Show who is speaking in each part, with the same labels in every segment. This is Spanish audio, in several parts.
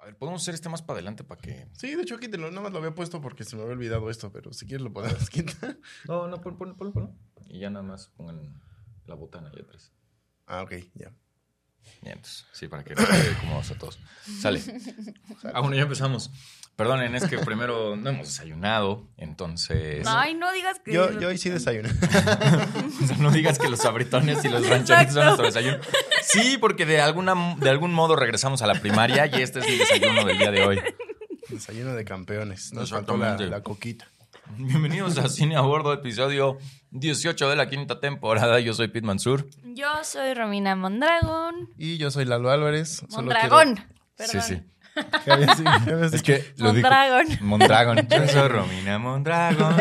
Speaker 1: A ver, podemos hacer este más para adelante para que.
Speaker 2: Sí, de hecho, quítelo. Nada más lo había puesto porque se me había olvidado esto, pero si quieres lo podemos quitar.
Speaker 3: No, no, ponlo, ponlo, ponlo. ponlo. Y ya nada más pongan la botana allá atrás.
Speaker 2: Ah, ok, ya.
Speaker 1: Y entonces, sí, para que nos quede cómodos a todos. Sale. Ah, bueno, ya empezamos. Perdonen, es que primero no hemos desayunado, entonces.
Speaker 4: Ay, no digas que.
Speaker 2: Yo, yo hoy sí desayuné.
Speaker 1: O sea, no digas que los sabritones y los rancheritos son nuestro desayuno. Sí, porque de, alguna, de algún modo regresamos a la primaria y este es el desayuno del día de hoy.
Speaker 2: Desayuno de campeones. Nos faltó la,
Speaker 1: Exactamente.
Speaker 2: la coquita.
Speaker 1: Bienvenidos a Cine a Bordo, episodio 18 de la quinta temporada. Yo soy Pete Mansur.
Speaker 4: Yo soy Romina Mondragón.
Speaker 2: Y yo soy Lalo Álvarez. Solo
Speaker 4: Mondragón.
Speaker 1: Sí,
Speaker 4: Perdón.
Speaker 1: sí.
Speaker 2: quiero- ¿Qué habías dicho? ¿Qué habías
Speaker 1: Es
Speaker 2: dicho?
Speaker 1: que lo dijo.
Speaker 4: Mondragón.
Speaker 1: Mondragón. Yo soy Romina Mondragón.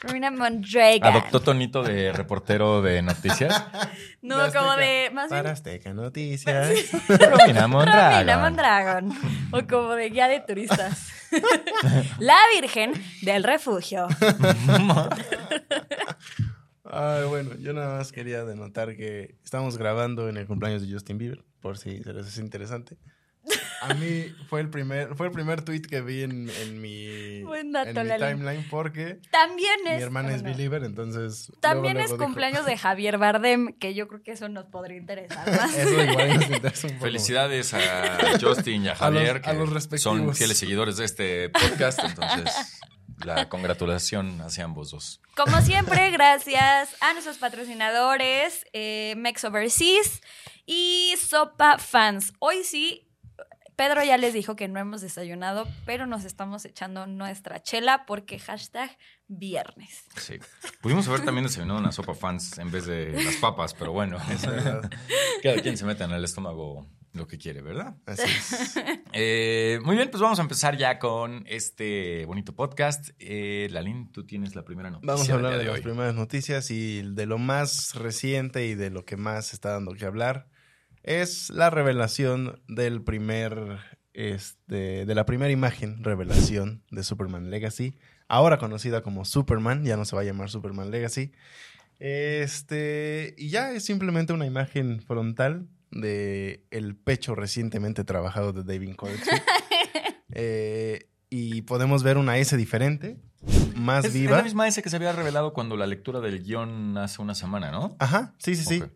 Speaker 4: Romina Mondragón.
Speaker 1: Adoptó tonito de reportero de noticias.
Speaker 4: No,
Speaker 2: De Azteca.
Speaker 4: como de. Más bien.
Speaker 2: Para Azteca Noticias.
Speaker 1: Romina
Speaker 4: Romina
Speaker 1: Mondragón.
Speaker 4: Mondragón. O como de guía de turistas. La Virgen del Refugio.
Speaker 2: Ay, Ah, bueno, yo nada más quería denotar que estamos grabando en el cumpleaños de Justin Bieber, por si se les es interesante. A mí fue el primer, fue el primer tweet que vi en, en mi,
Speaker 4: Buen dato,
Speaker 2: en mi
Speaker 4: Lali.
Speaker 2: timeline porque
Speaker 4: También es.
Speaker 2: mi hermana es
Speaker 4: bueno,
Speaker 2: believer, entonces. luego,
Speaker 4: También
Speaker 2: luego
Speaker 4: es
Speaker 2: dijo-
Speaker 4: cumpleaños de Javier Bardem, que yo creo que eso nos podría interesar más.
Speaker 2: Eso igual nos interesa un poco.
Speaker 1: Felicidades a Justin y a Javier,
Speaker 2: los- a los
Speaker 1: que
Speaker 2: respectivos.
Speaker 1: son fieles seguidores de este podcast. Entonces, la congratulación hacia ambos dos.
Speaker 4: Como siempre, gracias a nuestros patrocinadores, eh, Mex Overseas y Sopa Fans. Hoy sí, Pedro ya les dijo que no hemos desayunado, pero nos estamos echando nuestra chela porque hashtag viernes.
Speaker 1: Sí. Pudimos haber también desayunado una sopa fans en vez de las papas, pero bueno.
Speaker 2: La verdad,
Speaker 1: Cada quien se meta en el estómago lo que quiere, ¿verdad?
Speaker 2: Así es.
Speaker 1: Eh, muy bien, pues vamos a empezar ya con este bonito podcast. Eh, Lalín, tú tienes la primera noticia.
Speaker 2: Vamos a
Speaker 1: del
Speaker 2: hablar
Speaker 1: día
Speaker 2: de
Speaker 1: de
Speaker 2: las
Speaker 1: hoy.
Speaker 2: primeras noticias y de lo más reciente y de lo que más se está dando que hablar. Es la revelación del primer, este, de la primera imagen, revelación de Superman Legacy, ahora conocida como Superman, ya no se va a llamar Superman Legacy. Este, y ya es simplemente una imagen frontal de el pecho recientemente trabajado de David Coetzee. Eh, y podemos ver una S diferente, más
Speaker 1: Es, es
Speaker 2: viva.
Speaker 1: la misma S que se había revelado cuando la lectura del guión hace una semana, ¿no?
Speaker 2: Ajá, sí, sí, sí.
Speaker 1: Ok.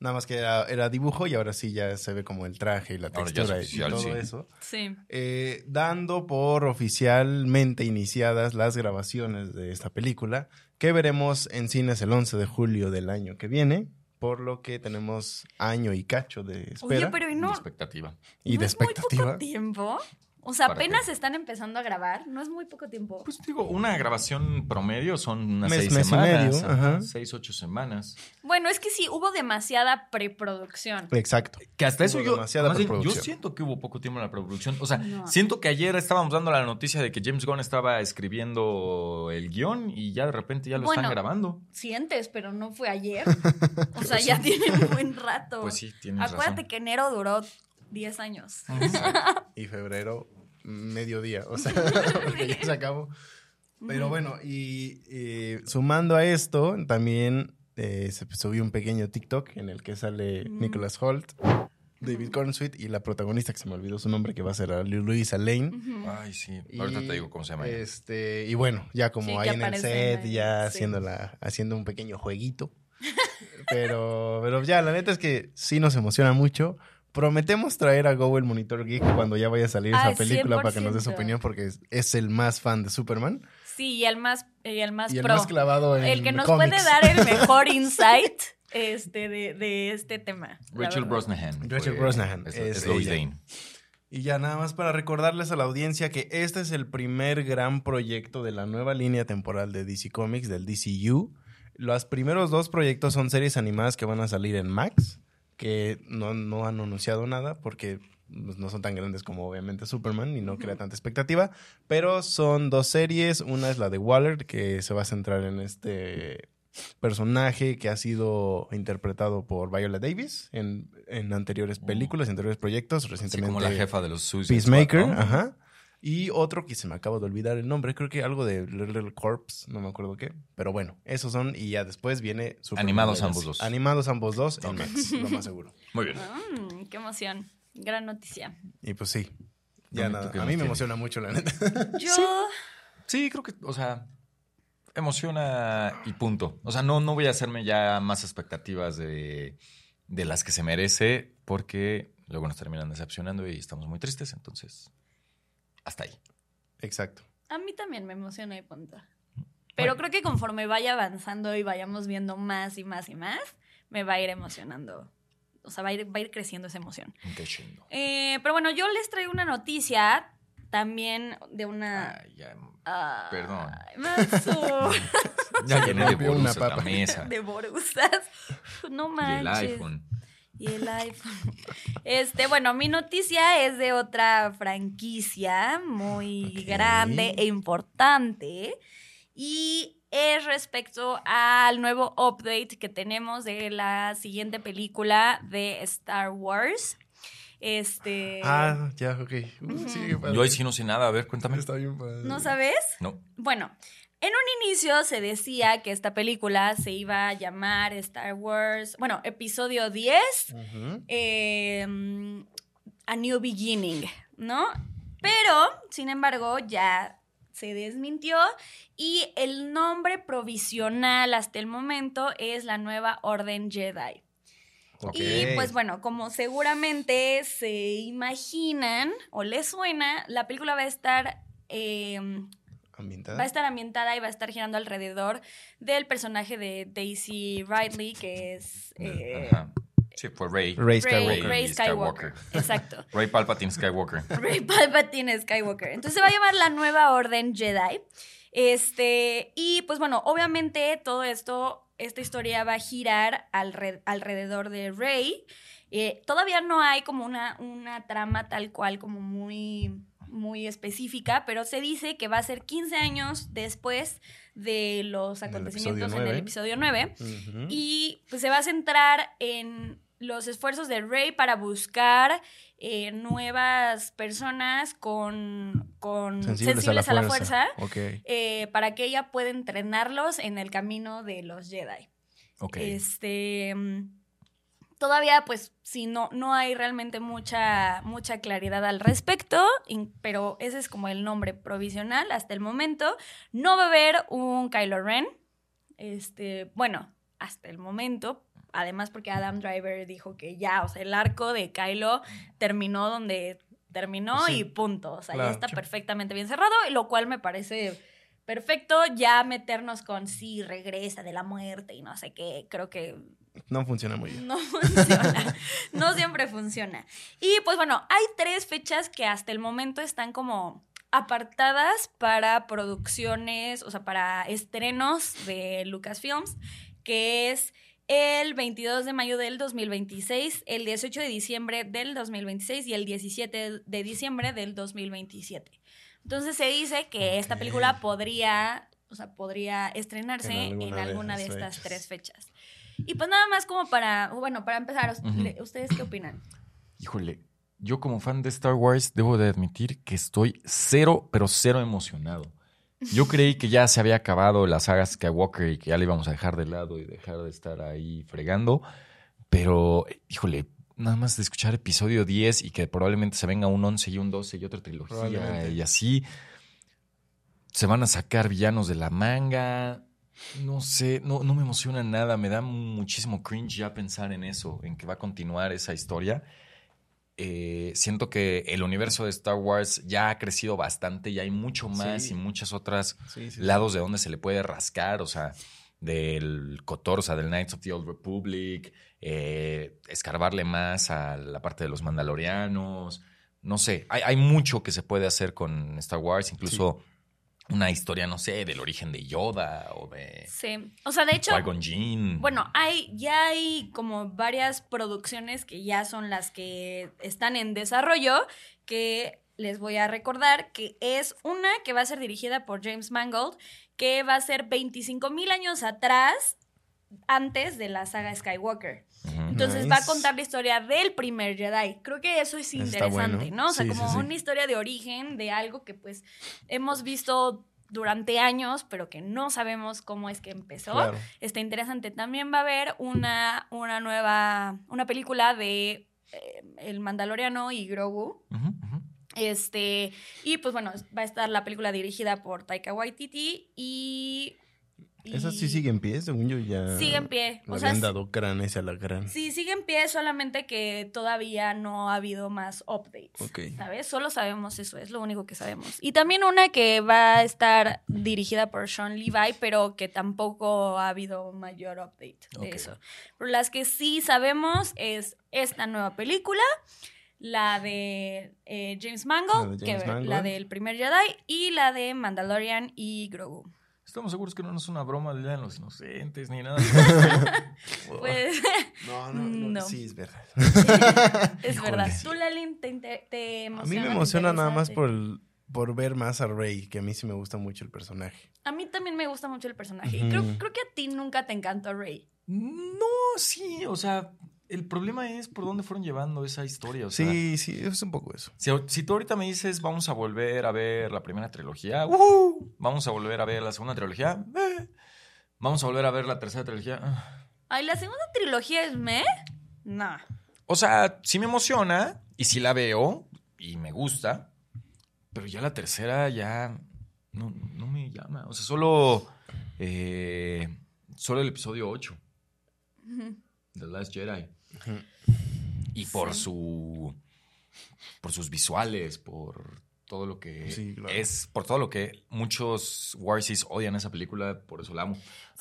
Speaker 2: Nada más que era, era dibujo y ahora sí ya se ve como el traje y la
Speaker 1: Ahora ya es
Speaker 2: textura y-
Speaker 1: oficial,
Speaker 2: y todo
Speaker 1: sí.
Speaker 2: eso.
Speaker 4: Sí.
Speaker 2: Eh, dando por oficialmente iniciadas las grabaciones de esta película, que veremos en cines el 11 de julio del año que viene, por lo que tenemos año y cacho de espera
Speaker 4: Oye, pero ¿y
Speaker 1: Mi
Speaker 4: no,
Speaker 1: expectativa.
Speaker 2: y
Speaker 4: no
Speaker 2: de
Speaker 4: es muy poco
Speaker 2: expectativa.
Speaker 4: tiempo? O sea,
Speaker 1: ¿Para qué?
Speaker 4: apenas están empezando a grabar, no es muy poco tiempo.
Speaker 1: Pues digo, una grabación promedio son unas
Speaker 2: Mes,
Speaker 1: seis
Speaker 2: mes y
Speaker 1: semanas.
Speaker 2: medio,
Speaker 1: ajá,
Speaker 2: ajá.
Speaker 1: Seis, ocho semanas.
Speaker 4: Bueno, es que sí, hubo demasiada preproducción.
Speaker 2: Exacto.
Speaker 1: Que hasta
Speaker 2: eso
Speaker 1: eso
Speaker 2: yo-
Speaker 1: yo.
Speaker 2: demasiada
Speaker 1: yo
Speaker 2: preproducción.
Speaker 1: siento que hubo poco tiempo en la producción. O sea,
Speaker 4: No.
Speaker 1: siento que ayer estábamos dando la noticia de que James Gunn estaba escribiendo el guión y ya de repente ya lo
Speaker 4: Bueno.
Speaker 1: están grabando.
Speaker 4: Sientes, pero no fue ayer. O sea, ya tienen un buen rato.
Speaker 1: Pues sí, tienes
Speaker 4: Acuérdate
Speaker 1: razón.
Speaker 4: que enero duró 10 años.
Speaker 2: Y febrero, mediodía, o sea, porque ya se acabó. Pero bueno, y eh, sumando a esto, también eh, se subió un pequeño TikTok en el que sale
Speaker 4: Mm.
Speaker 2: Nicholas Holt, David Cornsweet y la protagonista que se me olvidó su nombre, que va a ser a Lu- Luisa Lane.
Speaker 4: Ujú.
Speaker 1: Ay, sí. Ahorita
Speaker 2: Y,
Speaker 1: te digo cómo se llama. ella.
Speaker 2: Este, y bueno, ya como
Speaker 4: Sí, que
Speaker 2: ahí en el
Speaker 4: aparecen
Speaker 2: set,
Speaker 4: ahí,
Speaker 2: ya
Speaker 4: sí.
Speaker 2: haciendo, la, haciendo un pequeño jueguito. pero, pero ya, la neta es que sí nos emociona mucho. Prometemos traer a Go el Monitor Geek cuando ya vaya a salir
Speaker 4: Al
Speaker 2: esa película para que nos dé su
Speaker 4: 100%.
Speaker 2: opinión, porque es, es el más fan de Superman
Speaker 4: Sí, y el más, y el más
Speaker 2: y el
Speaker 4: pro.
Speaker 2: más clavado en
Speaker 4: el que nos
Speaker 2: cómics.
Speaker 4: puede dar el mejor insight este, de, de este tema. la
Speaker 1: Rachel
Speaker 4: verdad.
Speaker 1: Brosnahan.
Speaker 2: Rachel
Speaker 1: fue-
Speaker 2: Brosnahan,
Speaker 1: Es,
Speaker 2: es
Speaker 1: es Lois
Speaker 2: ella.
Speaker 1: Lane.
Speaker 2: Y ya nada más para recordarles a la audiencia que este es el primer gran proyecto de la nueva línea temporal de DC Comics, del DCU. Los primeros dos proyectos son series animadas que van a salir en Max, que no, no han anunciado nada porque pues, no son tan grandes como obviamente Superman y no crea tanta expectativa, pero son dos series, una es la de Waller que se va a centrar en este personaje que ha sido interpretado por Viola Davis en, en anteriores
Speaker 1: Oh.
Speaker 2: películas, en anteriores proyectos,
Speaker 1: Así
Speaker 2: recientemente
Speaker 1: como la jefa de los Suicide Squad,
Speaker 2: Peacemaker,
Speaker 1: ¿no?
Speaker 2: ajá. Y otro que se me acaba de olvidar el nombre, creo que algo de Little Corps, no me acuerdo qué. Pero bueno, esos son y ya después viene Superman
Speaker 1: Animados
Speaker 2: Legacy.
Speaker 1: ambos dos.
Speaker 2: Animados ambos dos en
Speaker 1: Ok.
Speaker 2: Max, lo más seguro.
Speaker 1: Muy bien.
Speaker 4: Mm, qué emoción. Gran noticia.
Speaker 2: Y pues sí, Ya
Speaker 1: Tommy,
Speaker 2: nada.
Speaker 1: ¿tú qué
Speaker 2: A
Speaker 1: más
Speaker 2: mí me
Speaker 1: tienes?
Speaker 2: emociona mucho, la neta.
Speaker 4: Yo,
Speaker 1: Sí, creo que, o sea, emociona y punto. O sea, no, no voy a hacerme ya más expectativas de, de las que se merece, porque luego nos terminan decepcionando y estamos muy tristes. Entonces, hasta ahí.
Speaker 2: Exacto.
Speaker 4: a mí también me emociona y punto. Pero creo que conforme vaya avanzando y vayamos viendo más y más y más, me va a ir emocionando. O sea, va a ir, va a ir creciendo esa emoción.
Speaker 1: Creciendo.
Speaker 4: Eh, pero bueno, yo les traigo una noticia también de una...
Speaker 1: Ay, ya,
Speaker 4: ah,
Speaker 1: perdón.
Speaker 4: Matsu.
Speaker 1: ya
Speaker 2: Se
Speaker 1: viene de
Speaker 2: rompió una
Speaker 1: Borussia la
Speaker 2: papa.
Speaker 1: mesa.
Speaker 4: de Borusas. No
Speaker 1: y
Speaker 4: manches.
Speaker 1: el iPhone.
Speaker 4: Y el iPhone. Este, bueno, mi noticia es de otra franquicia muy
Speaker 2: Ok.
Speaker 4: grande e importante. Y es respecto al nuevo update que tenemos de la siguiente película de Star Wars. Este.
Speaker 2: Ah, ya, ok. Uh, sí, qué padre.
Speaker 1: Yo ahí sí no sé nada. A ver, cuéntame.
Speaker 2: Está bien padre.
Speaker 4: ¿No sabes?
Speaker 1: No.
Speaker 4: Bueno, en un inicio se decía que esta película se iba a llamar Star Wars, bueno, episodio 10,
Speaker 2: Ujú.
Speaker 4: eh, A New Beginning, ¿no? Pero, sin embargo, ya se desmintió y el nombre provisional hasta el momento es la nueva Orden Jedi.
Speaker 2: Ok.
Speaker 4: Y pues bueno, como seguramente se imaginan o les suena, la película va a estar... eh,
Speaker 2: Ambientada.
Speaker 4: Va a estar ambientada y va a estar girando alrededor del personaje de Daisy Ridley, que es eh,
Speaker 1: Mm, Ajá. Sí, fue Ray.
Speaker 2: Rey
Speaker 4: Rey,
Speaker 2: Skywalker.
Speaker 4: Rey
Speaker 1: Y
Speaker 4: Skywalker.
Speaker 1: Skywalker.
Speaker 4: Exacto.
Speaker 1: Ray Palpatine Skywalker.
Speaker 4: Rey Palpatine Skywalker. Entonces se va a llamar la nueva orden Jedi. Este, y pues bueno, obviamente todo esto, esta historia va a girar alre- alrededor de Rey. Eh, todavía no hay como una, una trama tal cual, como muy, muy específica, pero se dice que va a ser 15 años después de los
Speaker 2: Del
Speaker 4: acontecimientos
Speaker 2: episodio
Speaker 4: en el
Speaker 2: nueve.
Speaker 4: episodio 9.
Speaker 2: Ujú.
Speaker 4: Y pues se va a centrar en los esfuerzos de Rey para buscar eh, nuevas personas con, con sensibles, a la, fuerza,
Speaker 2: Ok.
Speaker 4: eh, para que ella pueda entrenarlos en el camino de los Jedi.
Speaker 1: Ok.
Speaker 4: Este. mm, Todavía, pues, si no, no hay realmente mucha, mucha claridad al respecto, in- pero ese es como el nombre provisional hasta el momento. No va a haber un Kylo Ren. Este, bueno, hasta el momento. Además, porque Adam Driver dijo que ya, o sea, el arco de Kylo terminó donde terminó
Speaker 2: Sí.
Speaker 4: y punto. O sea,
Speaker 2: Claro.
Speaker 4: ya está perfectamente bien cerrado, y lo cual me parece perfecto. Ya meternos con sí, regresa de la muerte y no sé qué, creo que
Speaker 2: No funciona muy bien.
Speaker 4: no funciona. No siempre funciona. Y pues bueno, hay tres fechas que hasta el momento están como apartadas para producciones, o sea, para estrenos de Lucasfilms, que es el 22 de mayo del 2026, el 18 de diciembre del 2026 y el 17 de diciembre del 2027. Entonces se dice que esta
Speaker 2: Ok.
Speaker 4: película podría, o sea, podría estrenarse
Speaker 2: En
Speaker 4: en
Speaker 2: alguna de
Speaker 4: alguna de,
Speaker 2: esas
Speaker 4: estas
Speaker 2: fechas.
Speaker 4: tres fechas. Y pues nada más como para, bueno, para empezar, us-
Speaker 1: Ujú.
Speaker 4: le- ¿ustedes qué opinan?
Speaker 1: Híjole, yo como fan de Star Wars debo de admitir que estoy cero, pero cero emocionado. Yo creí que ya se había acabado la saga Skywalker y que ya le íbamos a dejar de lado y dejar de estar ahí fregando, pero híjole, nada más de escuchar episodio 10 y que probablemente se venga un 11 y un 12 y otra trilogía
Speaker 2: Probablemente.
Speaker 1: y así, se van a sacar villanos de la manga. No sé, no, no me emociona nada, me da muchísimo cringe ya pensar en eso, en que va a continuar esa historia eh, siento que el universo de Star Wars ya ha crecido bastante y hay mucho más
Speaker 2: Sí.
Speaker 1: y muchas otras
Speaker 2: Sí, sí.
Speaker 1: lados de donde se le puede rascar, o sea, del Cotor, o sea, del Knights of the Old Republic, eh, escarbarle más a la parte de los Mandalorianos, no sé, hay, hay mucho que se puede hacer con Star Wars, incluso una historia, no sé, del origen de Yoda o de
Speaker 4: Sí. O sea, de hecho,
Speaker 1: Qui-Gon Jinn.
Speaker 4: bueno, hay, ya hay como varias producciones que ya son las que están en desarrollo, que les voy a recordar que es una que va a ser dirigida por James Mangold, que va a ser 25 mil años atrás, antes de la saga Skywalker.
Speaker 1: Ujú.
Speaker 4: Entonces
Speaker 2: Nice.
Speaker 4: va a contar la historia del primer Jedi. Creo que eso es
Speaker 2: Está
Speaker 4: interesante,
Speaker 2: bueno.
Speaker 4: ¿no? O sea,
Speaker 2: Sí,
Speaker 4: como
Speaker 2: sí, sí.
Speaker 4: una historia de origen de algo que pues hemos visto durante años, pero que no sabemos cómo es que empezó.
Speaker 2: Claro.
Speaker 4: Está interesante. También va a haber una, una nueva, una película de eh, El Mandaloriano y Grogu.
Speaker 1: Ujú, ujú.
Speaker 4: Este, y pues bueno, va a estar la película dirigida por Taika Waititi y... y-
Speaker 2: Esa sí sigue en pie, según yo ya.
Speaker 4: Sigue en pie.
Speaker 2: Le
Speaker 4: o sea,
Speaker 2: habían dado cranes a la gran.
Speaker 4: sí, sigue en pie, solamente que todavía no ha habido más updates.
Speaker 2: Ok.
Speaker 4: ¿Sabes? Solo sabemos eso, es lo único que sabemos. Y también una que va a estar dirigida por Sean Levi, pero que tampoco ha habido mayor update de
Speaker 1: Ok.
Speaker 4: eso. Pero las que sí sabemos es esta nueva película, la de eh, James Mangold,
Speaker 2: La de
Speaker 4: que-
Speaker 2: James Mangold.
Speaker 4: la del primer Jedi, y la de Mandalorian y Grogu.
Speaker 1: Estamos seguros que no es una broma del Día de los Inocentes ni nada.
Speaker 2: Oh.
Speaker 4: Pues mm,
Speaker 2: No,
Speaker 4: No.
Speaker 2: Sí, es verdad.
Speaker 4: es verdad.
Speaker 2: Híjole.
Speaker 4: ¿Tú, Lalin, te, inte- te
Speaker 2: A
Speaker 4: emociona?
Speaker 2: mí me
Speaker 4: te
Speaker 2: emociona nada
Speaker 4: interesa,
Speaker 2: más
Speaker 4: te-
Speaker 2: por, el- por ver más a Rey, que a mí sí me gusta mucho el personaje.
Speaker 4: A mí también me gusta mucho el personaje. Y
Speaker 2: Ujú.
Speaker 4: creo, creo que a ti nunca te encantó Rey.
Speaker 1: No, sí, o sea, el problema es por dónde fueron llevando esa historia. O sea,
Speaker 2: sí, sí, es un poco eso.
Speaker 1: Si, si tú ahorita me dices, vamos a volver a ver la primera trilogía, ¡ujú! vamos a volver a ver la segunda trilogía, ¡eh! vamos a volver a ver la tercera trilogía. ah.
Speaker 4: Ay, la segunda trilogía es me. No.
Speaker 1: O sea, sí me emociona y sí la veo y me gusta, pero ya la tercera ya no, no me llama. O sea, solo, eh, solo el episodio 8, The Last Jedi.
Speaker 2: Ujú.
Speaker 1: Y por
Speaker 4: Sí.
Speaker 1: su. por sus visuales, por todo lo que
Speaker 2: Sí, claro.
Speaker 1: es, por todo lo que muchos Warsis odian esa película, por eso la amo.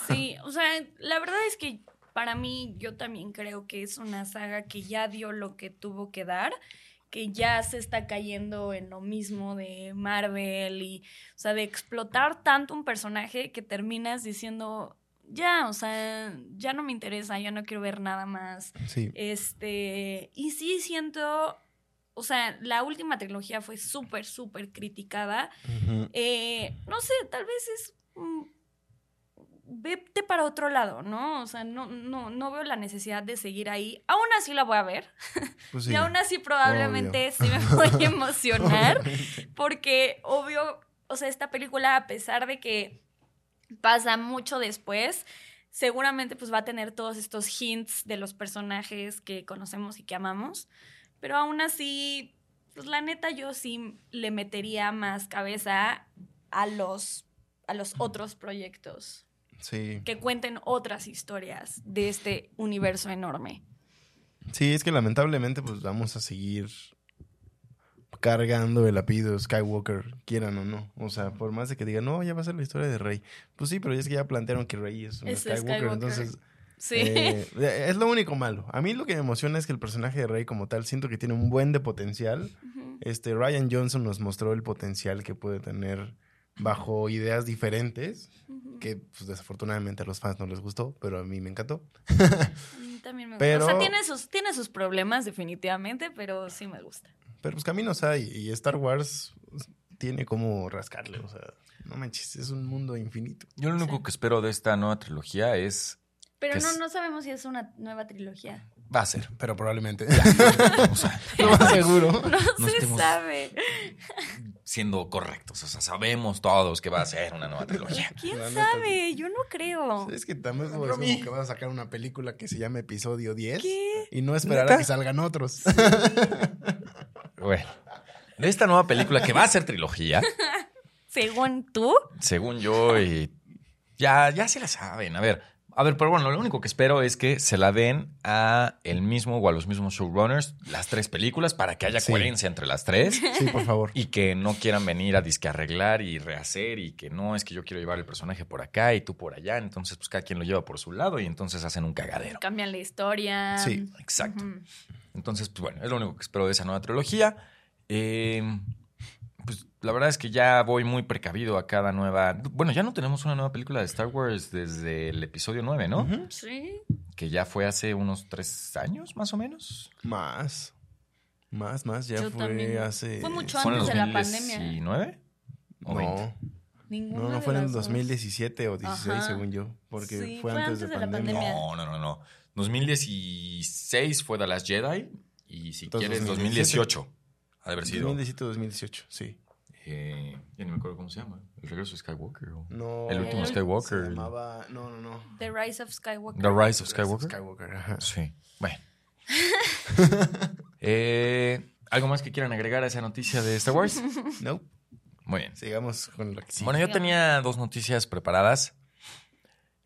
Speaker 4: Sí, o sea, la verdad es que para mí yo también creo que es una saga que ya dio lo que tuvo que dar, que ya se está cayendo en lo mismo de Marvel y, o sea, de explotar tanto un personaje que terminas diciendo, ya, o sea, ya no me interesa, ya no quiero ver nada más.
Speaker 2: Sí.
Speaker 4: Este, y sí siento, o sea, la última trilogía fue súper, súper criticada.
Speaker 2: Ujú.
Speaker 4: Eh, no sé, tal vez es... mm, vete para otro lado, ¿no? O sea, no, no, no veo la necesidad de seguir ahí. Aún así la voy a ver.
Speaker 2: Pues sí.
Speaker 4: Y aún así probablemente sí me voy a emocionar. porque, obvio, o sea, esta película, a pesar de que pasa mucho después, seguramente pues va a tener todos estos hints de los personajes que conocemos y que amamos. Pero aún así, pues la neta yo sí le metería más cabeza a los, a los otros proyectos
Speaker 2: Sí.
Speaker 4: que cuenten otras historias de este universo enorme.
Speaker 2: Sí, es que lamentablemente pues vamos a seguir cargando el apellido Skywalker, quieran o no. O sea, por más de que digan, no, ya va a ser la historia de Rey. Pues sí, pero es que ya plantearon que Rey es un
Speaker 4: Es
Speaker 2: Skywalker,
Speaker 4: Skywalker.
Speaker 2: entonces
Speaker 4: Sí.
Speaker 2: eh, es lo único malo. A mí lo que me emociona es que el personaje de Rey como tal siento que tiene un buen de potencial.
Speaker 4: Ujú.
Speaker 2: Este Ryan Johnson nos mostró el potencial que puede tener bajo ideas diferentes,
Speaker 4: Ujú.
Speaker 2: que pues, desafortunadamente a los fans no les gustó, pero a mí me encantó.
Speaker 4: A mí Mm, también me gusta.
Speaker 2: Pero-
Speaker 4: O sea, tiene sus, tiene sus problemas, definitivamente, pero sí me gusta.
Speaker 2: Pero pues caminos hay y Star Wars tiene como rascarle, o sea, no manches, es un mundo infinito.
Speaker 1: Yo lo único
Speaker 4: Sí.
Speaker 1: que espero de esta nueva trilogía es.
Speaker 4: Pero
Speaker 1: Que
Speaker 4: no,
Speaker 1: es-
Speaker 4: no sabemos si es una nueva trilogía.
Speaker 1: Va a ser.
Speaker 2: Pero probablemente.
Speaker 1: O sea,
Speaker 2: Lo más seguro.
Speaker 4: No,
Speaker 1: No
Speaker 4: se
Speaker 1: estemos-
Speaker 4: sabe.
Speaker 1: siendo correctos. O sea, sabemos todos que va a ser una nueva trilogía.
Speaker 4: ¿Quién
Speaker 2: La neta,
Speaker 4: sabe? Yo no creo.
Speaker 2: Es que también es como
Speaker 1: Romy.
Speaker 2: que vas a sacar una película que se llame Episodio 10
Speaker 4: ¿Qué?
Speaker 2: y no esperar a
Speaker 1: ¿Neta?
Speaker 2: que salgan otros.
Speaker 1: Bueno. De esta nueva película que va a ser trilogía,
Speaker 4: Según tú,
Speaker 1: según yo, y ya, ya se la saben. A ver, a ver, pero bueno, lo único que espero es que se la den a el mismo o a los mismos showrunners las tres películas para que haya
Speaker 2: Sí.
Speaker 1: coherencia entre las tres
Speaker 2: Sí, por favor.
Speaker 1: y que no quieran venir a disque arreglar y rehacer y que no es que yo quiero llevar el personaje por acá y tú por allá. Entonces, pues cada quien lo lleva por su lado y entonces hacen un cagadero.
Speaker 4: cambian la historia.
Speaker 2: Sí,
Speaker 1: Exacto.
Speaker 4: Ujú.
Speaker 1: Entonces, pues bueno, es lo único que espero de esa nueva trilogía. Eh, pues la verdad es que ya voy muy precavido a cada nueva. Bueno, ya no tenemos una nueva película de Star Wars desde el episodio 9, ¿no?
Speaker 2: Ujú.
Speaker 4: Sí.
Speaker 1: Que ya fue hace unos tres años, más o menos.
Speaker 2: Más. Más, más, ya
Speaker 4: Yo
Speaker 2: fue
Speaker 4: también.
Speaker 2: hace.
Speaker 4: Fue mucho
Speaker 1: ¿Fue en el
Speaker 4: Antes de la
Speaker 1: 2019? ¿O
Speaker 2: No,
Speaker 1: 20?
Speaker 4: Ninguna
Speaker 2: no, no
Speaker 4: de
Speaker 2: fue en el
Speaker 4: las dos.
Speaker 2: 2017 o 16,
Speaker 4: Ajá.
Speaker 2: según yo. Porque
Speaker 4: Sí,
Speaker 2: fue, antes, de, la pandemia.
Speaker 1: No, no, no, no. 2016 fue The Last Jedi y si
Speaker 2: Entonces,
Speaker 1: quieres
Speaker 2: 2018.
Speaker 1: 2018. Ha de haber sido.
Speaker 2: 2017 2018, sí.
Speaker 1: eh, ya no me acuerdo cómo se llama. El regreso de Skywalker. o-
Speaker 2: No.
Speaker 1: El
Speaker 4: último
Speaker 1: Skywalker.
Speaker 2: Se llamaba. No, no, no.
Speaker 4: The Rise of Skywalker.
Speaker 1: The Rise of
Speaker 2: Rise of
Speaker 1: Skywalker.
Speaker 2: Skywalker, ajá.
Speaker 1: Sí. Bueno. Eh, ¿Algo más que quieran agregar a esa noticia de Star Wars?
Speaker 2: No,
Speaker 1: Muy bien.
Speaker 2: sigamos con lo que sigue.
Speaker 1: Bueno, yo
Speaker 4: Sigamos.
Speaker 1: tenía dos noticias preparadas,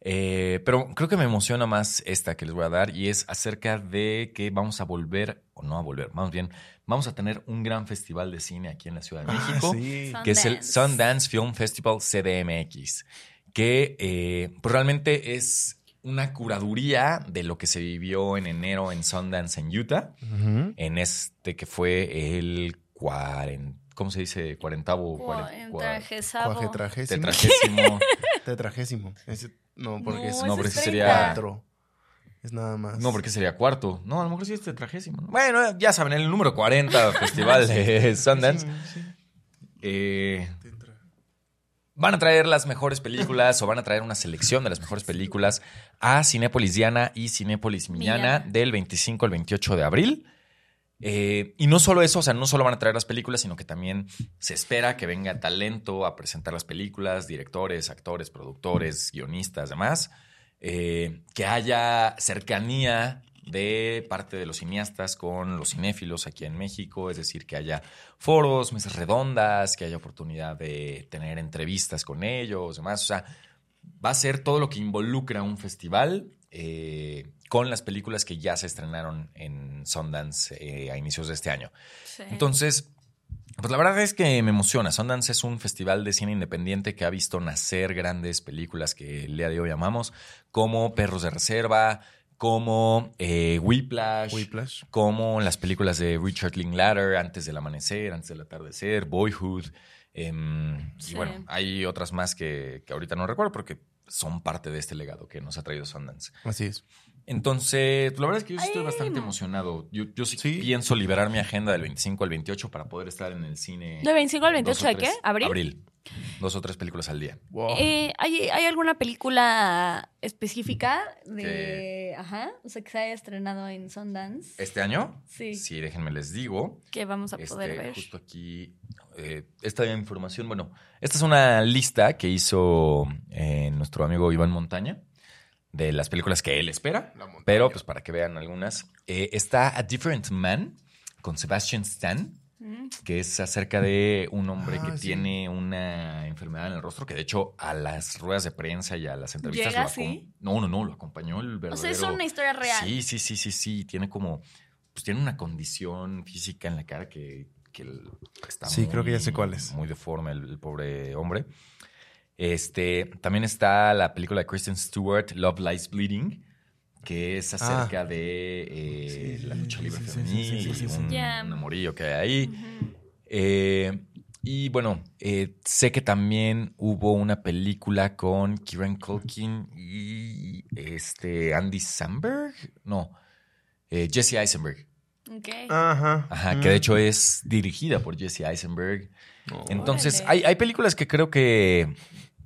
Speaker 1: eh, pero creo que me emociona más esta que les voy a dar y es acerca de que vamos a volver, o no a volver, más bien, vamos a tener un gran festival de cine aquí en la Ciudad de
Speaker 2: Ah,
Speaker 1: México,
Speaker 2: sí.
Speaker 4: Son-
Speaker 1: que es el
Speaker 4: Sundance.
Speaker 1: Sundance Film Festival CDMX, que eh, pues realmente es una curaduría de lo que se vivió en enero en Sundance en Utah,
Speaker 2: Ujú.
Speaker 1: en este que fue el 40, ¿cómo se dice? Cuarentavo,
Speaker 4: Cua-
Speaker 1: cuaren-
Speaker 4: en
Speaker 1: cua-
Speaker 4: traje sabo.
Speaker 2: Cuajetragésimo.
Speaker 1: tetragésimo.
Speaker 2: Tetragésimo. Ese- no, porque
Speaker 4: No,
Speaker 2: es
Speaker 4: ese
Speaker 1: no, pero
Speaker 4: es
Speaker 1: ese
Speaker 4: 30.
Speaker 1: sería-
Speaker 2: cuatro. Es nada más.
Speaker 1: No, porque sería cuarto. No, a lo mejor sí es tetragésimo. ¿no? Bueno, ya saben, el número 40 festival de Sundance.
Speaker 2: Sí, sí.
Speaker 1: Eh,
Speaker 2: Tetra.
Speaker 1: van a traer las mejores películas o van a traer una selección de las mejores películas a Cinépolis Diana y Cinépolis Miñana
Speaker 4: Miñana.
Speaker 1: del 25 al 28 de abril. Eh, y no solo eso, o sea, no solo van a traer las películas, sino que también se espera que venga talento a presentar las películas, directores, actores, productores, guionistas, demás. Eh, que haya cercanía de parte de los cineastas con los cinéfilos aquí en México, es decir, que haya foros, mesas redondas, que haya oportunidad de tener entrevistas con ellos, demás. O sea, va a ser todo lo que involucra un festival eh, con las películas que ya se estrenaron en Sundance eh, a inicios de este año.
Speaker 4: Sí.
Speaker 1: Entonces, pues la verdad es que me emociona. Sundance es un festival de cine independiente que ha visto nacer grandes películas que el día de hoy amamos, como Perros de Reserva, como eh, Whiplash,
Speaker 2: Whiplash.
Speaker 1: como las películas de Richard Linklater, Antes del Amanecer, Antes del Atardecer, Boyhood. em,
Speaker 4: Sí.
Speaker 1: Y bueno, hay otras más que, que ahorita no recuerdo porque son parte de este legado que nos ha traído Sundance.
Speaker 2: Así es.
Speaker 1: Entonces, la verdad es que yo sí estoy
Speaker 4: Ay.
Speaker 1: bastante emocionado. Yo, yo sí,
Speaker 2: Sí.
Speaker 1: pienso liberar mi agenda del 25 al 28 para poder estar en el cine.
Speaker 4: ¿De 25 al
Speaker 1: dos
Speaker 4: 28
Speaker 1: o
Speaker 4: de qué?
Speaker 1: tres-
Speaker 4: ¿Abril?
Speaker 1: Abril. Dos o tres películas al día.
Speaker 2: Wow.
Speaker 4: Eh, ¿hay, hay alguna película específica
Speaker 1: Mm,
Speaker 4: de. Ajá. O sea, que se haya estrenado en Sundance.
Speaker 1: ¿Este año?
Speaker 4: Sí.
Speaker 1: Sí, déjenme les digo.
Speaker 4: Que vamos a poder
Speaker 1: Este,
Speaker 4: ver.
Speaker 1: justo aquí, eh, esta información, bueno, esta es una lista que hizo eh, nuestro amigo Iván Montaña de las películas que él espera.
Speaker 2: La montaña.
Speaker 1: Pero, pues, para que vean algunas. Eh, está A Different Man con Sebastian Stan.
Speaker 4: Mm.
Speaker 1: que es acerca de un hombre
Speaker 2: Ah,
Speaker 1: que
Speaker 2: sí.
Speaker 1: tiene una enfermedad en el rostro, que de hecho a las ruedas de prensa y a las entrevistas...
Speaker 4: ¿Llega
Speaker 1: lo acom-
Speaker 4: así?
Speaker 1: No, no, no, lo acompañó el verdadero...
Speaker 4: O sea, es una historia real.
Speaker 1: Sí, sí, sí, sí, sí, tiene como... Pues tiene una condición física en la cara que, que el- está
Speaker 2: Sí, creo que ya sé cuál es.
Speaker 1: Muy deforme el, el pobre hombre. Este, también está la película de Kristen Stewart, Love Lies Bleeding, que es acerca de eh,
Speaker 2: Ah. Sí,
Speaker 1: la
Speaker 2: sí,
Speaker 1: lucha
Speaker 2: sí,
Speaker 1: libre
Speaker 2: sí, sí,
Speaker 1: femenil
Speaker 2: sí, sí, sí,
Speaker 1: y
Speaker 2: sí.
Speaker 1: un,
Speaker 4: Ya.
Speaker 1: un amorío que hay ahí.
Speaker 4: Ujú.
Speaker 1: Eh, y bueno, eh, sé que también hubo una película con Kieran Culkin y este Andy Samberg, no, eh, Jesse Eisenberg,
Speaker 4: Ok.
Speaker 2: Ajá.
Speaker 1: Ajá,
Speaker 2: Mm.
Speaker 1: que de hecho es dirigida por Jesse Eisenberg.
Speaker 2: No.
Speaker 1: Entonces,
Speaker 4: Órale.
Speaker 1: hay, hay películas que creo que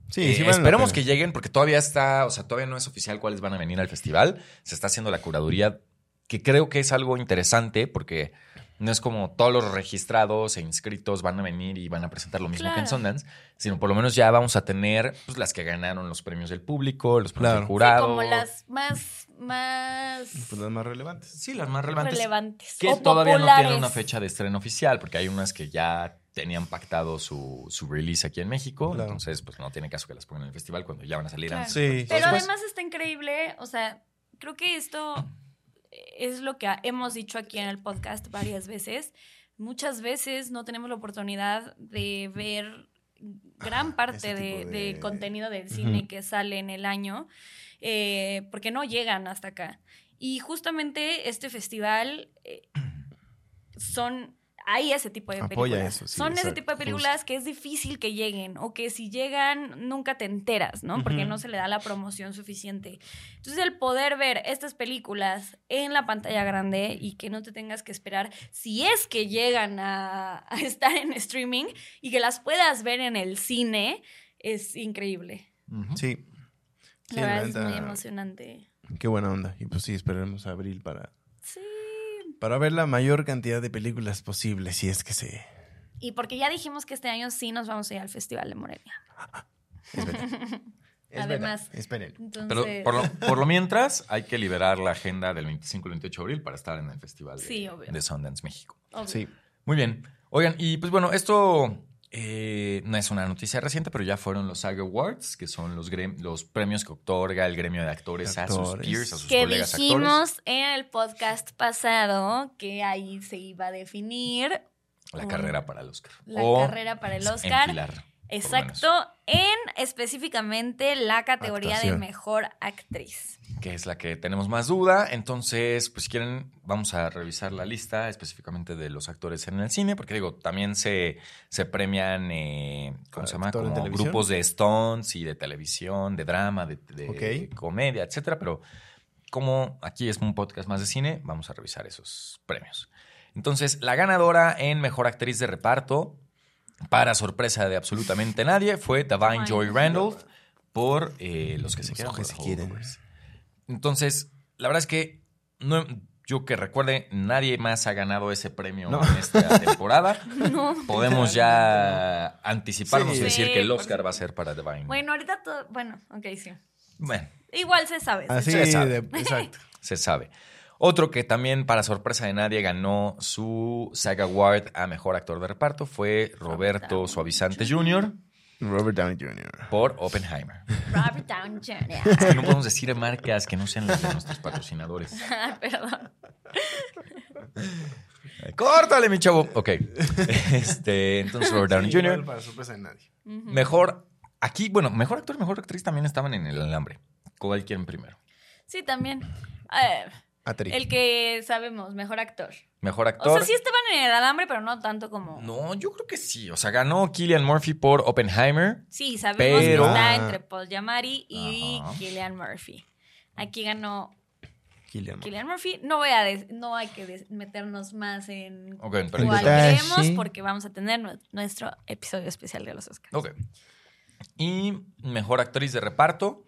Speaker 2: Sí,
Speaker 1: eh,
Speaker 2: sí valen la
Speaker 1: esperemos que
Speaker 2: pena.
Speaker 1: lleguen porque todavía está, o sea, todavía no es oficial cuáles van a venir al festival. Se está haciendo la curaduría, que creo que es algo interesante porque no es como todos los registrados e inscritos van a venir y van a presentar lo mismo que en
Speaker 4: Claro.
Speaker 1: Sundance, sino por lo menos ya vamos a tener pues, las que ganaron los premios del público, los premios del
Speaker 2: Claro. Sí,
Speaker 4: Sí,
Speaker 1: Ah, jurado.
Speaker 4: como las más. más
Speaker 2: Pues las más relevantes.
Speaker 1: Sí, las más relevantes.
Speaker 4: relevantes.
Speaker 1: Que
Speaker 4: o
Speaker 1: todavía no tienen
Speaker 4: populares.
Speaker 1: una fecha de estreno oficial, porque hay unas que ya tenían pactado su, su release aquí en México.
Speaker 2: Claro.
Speaker 1: Entonces, pues no tiene caso que las pongan en el festival cuando ya van a salir
Speaker 4: Claro.
Speaker 1: antes.
Speaker 2: Sí. pues
Speaker 4: Pero
Speaker 2: Después-
Speaker 4: además está increíble, o sea, creo que esto es lo que hemos dicho aquí en el podcast varias veces. Muchas veces no tenemos la oportunidad de ver gran parte
Speaker 2: Ah, ese
Speaker 4: de,
Speaker 2: tipo
Speaker 4: de
Speaker 2: de-
Speaker 4: contenido del cine
Speaker 2: Ujú.
Speaker 4: que sale en el año, eh, porque no llegan hasta acá. Y justamente este festival eh, son... Hay ese tipo de
Speaker 2: Apoya
Speaker 4: películas.
Speaker 2: eso, sí,
Speaker 4: son ese
Speaker 2: exacto,
Speaker 4: tipo de películas que es difícil que lleguen o que si llegan nunca te enteras, ¿no? Porque
Speaker 2: Ujú.
Speaker 4: no se le da la promoción suficiente. Entonces el poder ver estas películas en la pantalla grande y que no te tengas que esperar si es que llegan a, a estar en streaming y que las puedas ver en el cine es increíble.
Speaker 1: Ujú.
Speaker 2: Sí. Sí,
Speaker 4: La
Speaker 2: la
Speaker 4: verdad es muy
Speaker 2: neta.
Speaker 4: emocionante.
Speaker 2: Qué buena onda. Y pues sí, esperemos abril para,
Speaker 4: Sí.
Speaker 2: para ver la mayor cantidad de películas posible, si es que se...
Speaker 4: Y porque ya dijimos que este año sí nos vamos a ir al Festival de Morelia.
Speaker 2: Es verdad. Es verdad.
Speaker 4: Además-
Speaker 2: Esperen.
Speaker 1: Pero
Speaker 4: Entonces,
Speaker 1: por, lo, por lo mientras, hay que liberar la agenda del 25 al 28 de abril para estar en el festival de,
Speaker 4: Sí, obvio.
Speaker 1: de Sundance México.
Speaker 4: obvio.
Speaker 2: Sí.
Speaker 1: Muy bien. Oigan, y pues bueno, esto eh, no es una noticia reciente, pero ya fueron los SAG Awards, que son los, grem- los premios que otorga el gremio de actores, a sus
Speaker 2: Actores.
Speaker 1: peers, a sus
Speaker 4: Que
Speaker 1: colegas actores.
Speaker 4: dijimos en el podcast pasado que ahí se iba a definir
Speaker 1: La carrera para el Oscar.
Speaker 4: la
Speaker 1: O pues,
Speaker 4: carrera para el Oscar.
Speaker 1: enfilar, por lo
Speaker 4: Exacto, en específicamente la categoría
Speaker 2: Actuación.
Speaker 4: de mejor actriz.
Speaker 1: menos, que es la que tenemos más duda. Entonces, pues si quieren, vamos a revisar la lista específicamente de los actores en el cine, porque digo, también se, se premian, eh, ¿cómo se llama?
Speaker 2: Actor en
Speaker 1: Como
Speaker 2: televisión.
Speaker 1: grupos de stunts y de televisión, de drama, de, de
Speaker 2: Ok.
Speaker 1: comedia, etcétera. Pero como aquí es un podcast más de cine, vamos a revisar esos premios. Entonces, la ganadora en Mejor Actriz de Reparto, para sorpresa de absolutamente nadie, fue Davine
Speaker 4: Ay,
Speaker 1: Joy
Speaker 4: no.
Speaker 1: Randolph por eh, Los que se
Speaker 2: Los
Speaker 1: quedan.
Speaker 2: que
Speaker 1: por
Speaker 2: se
Speaker 1: The
Speaker 2: quieren.
Speaker 1: Holdovers. Entonces, la verdad es que no- yo que recuerde, nadie más ha ganado ese premio
Speaker 2: No.
Speaker 1: en esta temporada.
Speaker 4: No.
Speaker 1: Podemos ya anticiparnos
Speaker 2: Sí.
Speaker 1: y decir
Speaker 4: Sí,
Speaker 1: que el
Speaker 4: por
Speaker 1: Oscar va a ser para Divine.
Speaker 4: Bueno, ahorita todo, bueno, ok, sí.
Speaker 1: bueno
Speaker 4: Igual se sabe. se
Speaker 2: Así
Speaker 1: Sí, exacto.
Speaker 2: de- exacto.
Speaker 1: se sabe. Otro que también, para sorpresa de nadie, ganó su SAG Award a Mejor Actor de Reparto fue Roberto
Speaker 4: Downey
Speaker 1: Suavizante Jr.
Speaker 2: Robert Downey Jr.
Speaker 1: por Oppenheimer.
Speaker 4: Robert Downey Jr.
Speaker 1: Es que no podemos decir marcas que no sean las de nuestros patrocinadores.
Speaker 4: Ah, Perdón.
Speaker 1: ¡Córtale, mi chavo! Ok. Este, entonces, Robert Downey
Speaker 2: Sí,
Speaker 1: Jr.
Speaker 2: igual Para sorpresa de nadie.
Speaker 4: Ujú.
Speaker 1: Mejor, aquí, bueno, mejor actor y mejor actriz también estaban en el alambre. ¿Cuál quieren primero?
Speaker 4: Sí, también. Eh,
Speaker 2: Atri.
Speaker 4: el que sabemos, mejor actor.
Speaker 1: Mejor
Speaker 4: O
Speaker 1: actor.
Speaker 4: sea, sí estaban en el alambre, pero no tanto como.
Speaker 1: No, yo creo que sí. O sea, ganó Killian Murphy por Oppenheimer.
Speaker 4: Sí, sabemos
Speaker 1: Pero-
Speaker 4: que está entre Paul Giamatti y
Speaker 1: Ajá.
Speaker 4: Killian Murphy. Aquí ganó
Speaker 2: Killian.
Speaker 4: Killian Murphy. No voy a des- no hay que des- meternos más en
Speaker 1: Ok, pero
Speaker 4: cuál
Speaker 2: detalle.
Speaker 4: queremos porque vamos a tener nu- nuestro episodio especial de los Oscars.
Speaker 1: Ok. Y mejor actriz de reparto,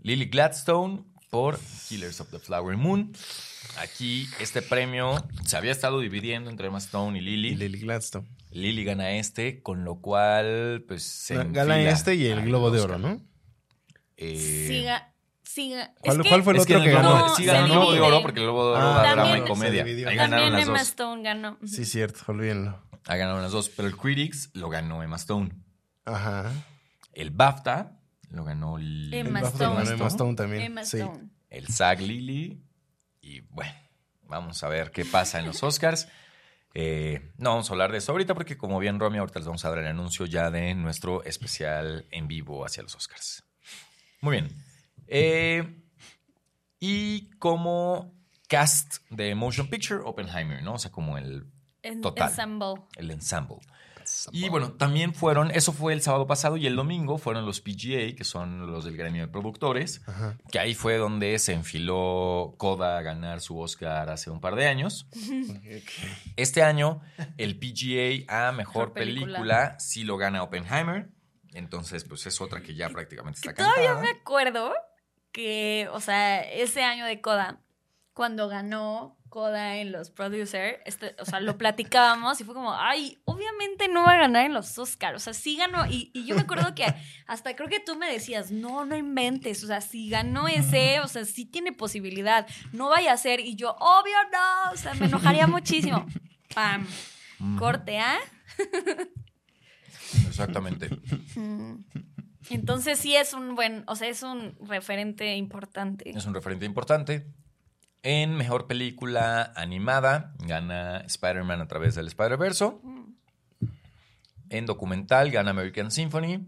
Speaker 1: Lily Gladstone por Killers of the Flower Moon. Aquí este premio se había estado dividiendo entre Emma Stone y Lily.
Speaker 2: Y
Speaker 1: Lily,
Speaker 2: Lily Gladstone.
Speaker 1: gana este, con lo cual, pues se.
Speaker 2: Gana
Speaker 1: enfila
Speaker 2: este y el
Speaker 1: al
Speaker 2: Globo de
Speaker 1: Oscar.
Speaker 2: Oro, ¿no?
Speaker 1: Eh,
Speaker 4: Siga, siga.
Speaker 2: ¿Cuál-
Speaker 4: es que
Speaker 2: cuál fue el
Speaker 1: es
Speaker 2: otro
Speaker 1: que
Speaker 2: que
Speaker 1: el
Speaker 4: ganó?
Speaker 1: Globo,
Speaker 4: No,
Speaker 1: sí
Speaker 4: se
Speaker 1: ganó el Globo de
Speaker 4: divide.
Speaker 1: Oro porque el Globo de Oro
Speaker 2: Ah,
Speaker 1: va a drama y
Speaker 4: también-
Speaker 1: comedia.
Speaker 2: se dividió.
Speaker 1: Ahí ganaron
Speaker 4: También
Speaker 1: las
Speaker 4: Emma
Speaker 1: dos.
Speaker 4: Stone ganó.
Speaker 2: Sí, cierto, olvídenlo.
Speaker 1: Ahí ganaron las dos. Pero el Critics lo ganó Emma Stone.
Speaker 2: Ajá.
Speaker 1: El BAFTA lo ganó Lily.
Speaker 4: Emma
Speaker 2: El bajo de
Speaker 4: Stone.
Speaker 2: Emma Emma Stone también.
Speaker 4: Emma
Speaker 2: sí.
Speaker 4: Stone.
Speaker 1: el Zag Lily. Y bueno, vamos a ver qué pasa en los Oscars. Eh, no vamos a hablar de eso ahorita porque como bien Romeo, ahorita les vamos a dar el anuncio ya de nuestro especial en vivo hacia los Oscars. Muy bien. Eh, y como cast de Motion Picture, Oppenheimer, ¿no? O sea, como el,
Speaker 4: En-
Speaker 1: Total.
Speaker 4: Ensemble.
Speaker 1: el ensemble. Y bueno, también fueron, eso fue el sábado pasado y el domingo fueron los PGA, que son los del gremio de productores,
Speaker 2: Ajá.
Speaker 1: que ahí fue donde se enfiló Coda a ganar su Oscar hace un par de años. Este año, el PGA a mejor
Speaker 4: Mejor película.
Speaker 1: película sí lo gana Oppenheimer. Entonces, pues es otra que ya prácticamente está
Speaker 4: que todavía
Speaker 1: cantada.
Speaker 4: me acuerdo que, o sea, ese año de Coda, cuando ganó Coda en los Producer, este, o sea, lo platicábamos y fue como, ay, obviamente no va a ganar en los Oscars, o sea, sí ganó. Y, y yo me acuerdo que hasta creo que tú me decías, no, no inventes, o sea, si ganó ese, o sea, sí tiene posibilidad, no vaya a ser. Y yo, obvio no, o sea, me enojaría muchísimo. Pam,
Speaker 1: Ujú,
Speaker 4: corte, ¿ah?
Speaker 1: Exactamente.
Speaker 4: Mm. Entonces sí es un buen, o sea, es un referente importante.
Speaker 1: Es un referente importante. En mejor película animada, gana Spider-Man a través del Spider-Verso. En documental gana American Symphony.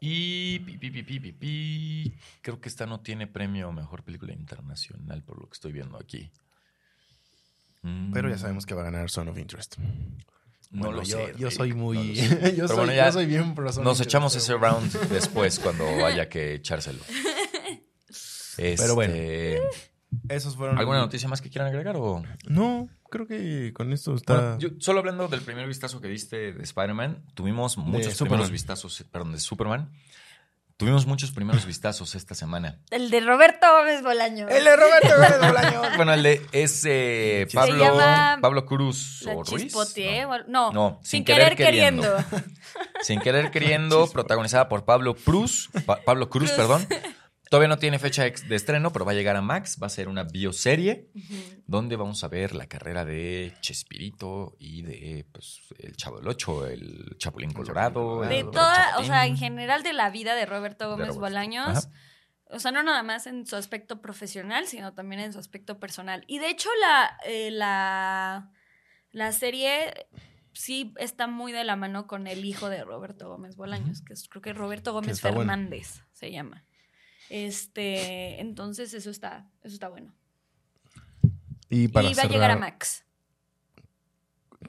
Speaker 1: Y pi, pi, pi, pi, pi, pi. creo que esta no tiene premio a mejor película internacional por lo que estoy viendo aquí. Mm,
Speaker 2: Pero ya sabemos que va a ganar Son of Interest.
Speaker 1: no
Speaker 2: Bueno,
Speaker 1: lo
Speaker 2: yo,
Speaker 1: sé,
Speaker 2: Yo
Speaker 1: Rick,
Speaker 2: soy
Speaker 1: no
Speaker 2: muy.
Speaker 1: lo sé.
Speaker 2: yo,
Speaker 1: Pero
Speaker 2: soy,
Speaker 1: bueno, ya
Speaker 2: yo soy bien pro Son of
Speaker 1: Nos
Speaker 2: Interest,
Speaker 1: echamos
Speaker 2: pero
Speaker 1: ese
Speaker 2: bueno.
Speaker 1: round después cuando haya que echárselo. Este,
Speaker 2: bueno. Esos fueron.
Speaker 1: ¿Alguna noticia más que quieran agregar o...?
Speaker 2: No, creo que con esto está.
Speaker 1: Bueno, yo- solo hablando del primer vistazo que diste de Spider-Man, tuvimos muchos primeros
Speaker 2: Superman.
Speaker 1: vistazos, perdón, de Superman. Tuvimos muchos primeros vistazos esta semana.
Speaker 4: El de Roberto Gómez Bolaño.
Speaker 1: de Roberto Gómez Bueno, el de ese
Speaker 2: Se
Speaker 1: Pablo,
Speaker 4: llama-
Speaker 1: Pablo Cruz
Speaker 4: La
Speaker 1: o Ruiz.
Speaker 4: chispoteé
Speaker 1: No.
Speaker 4: o algo- No,
Speaker 1: No,
Speaker 4: sin, querer, queriendo.
Speaker 1: Sin querer queriendo, protagonizada por Pablo Cruz, Pa- Pablo Cruz,
Speaker 4: Cruz.
Speaker 1: perdón, Todavía no tiene fecha ex- de estreno, pero va a llegar a Max. Va a ser una bioserie
Speaker 4: Ujú.
Speaker 1: donde vamos a ver la carrera de Chespirito y de pues, el Chavo del Ocho, el Chapulín Colorado.
Speaker 2: Colorado.
Speaker 1: el
Speaker 4: De
Speaker 1: Otro
Speaker 4: toda, o
Speaker 1: Chapulín.
Speaker 4: sea, en general de la vida de Roberto Gómez
Speaker 1: Roberto.
Speaker 4: Bolaños.
Speaker 1: Ajá.
Speaker 4: O sea, no nada más en su aspecto profesional, sino también en su aspecto personal. Y de hecho, la, eh, la, la serie sí está muy de la mano con el hijo de Roberto Gómez Bolaños, que es- creo que Roberto Gómez
Speaker 2: está bueno.
Speaker 4: Fernández se llama. Este, entonces eso está, eso está bueno.
Speaker 2: Y
Speaker 4: Y,
Speaker 2: para
Speaker 4: va a llegar a
Speaker 2: cerrar-
Speaker 4: Max.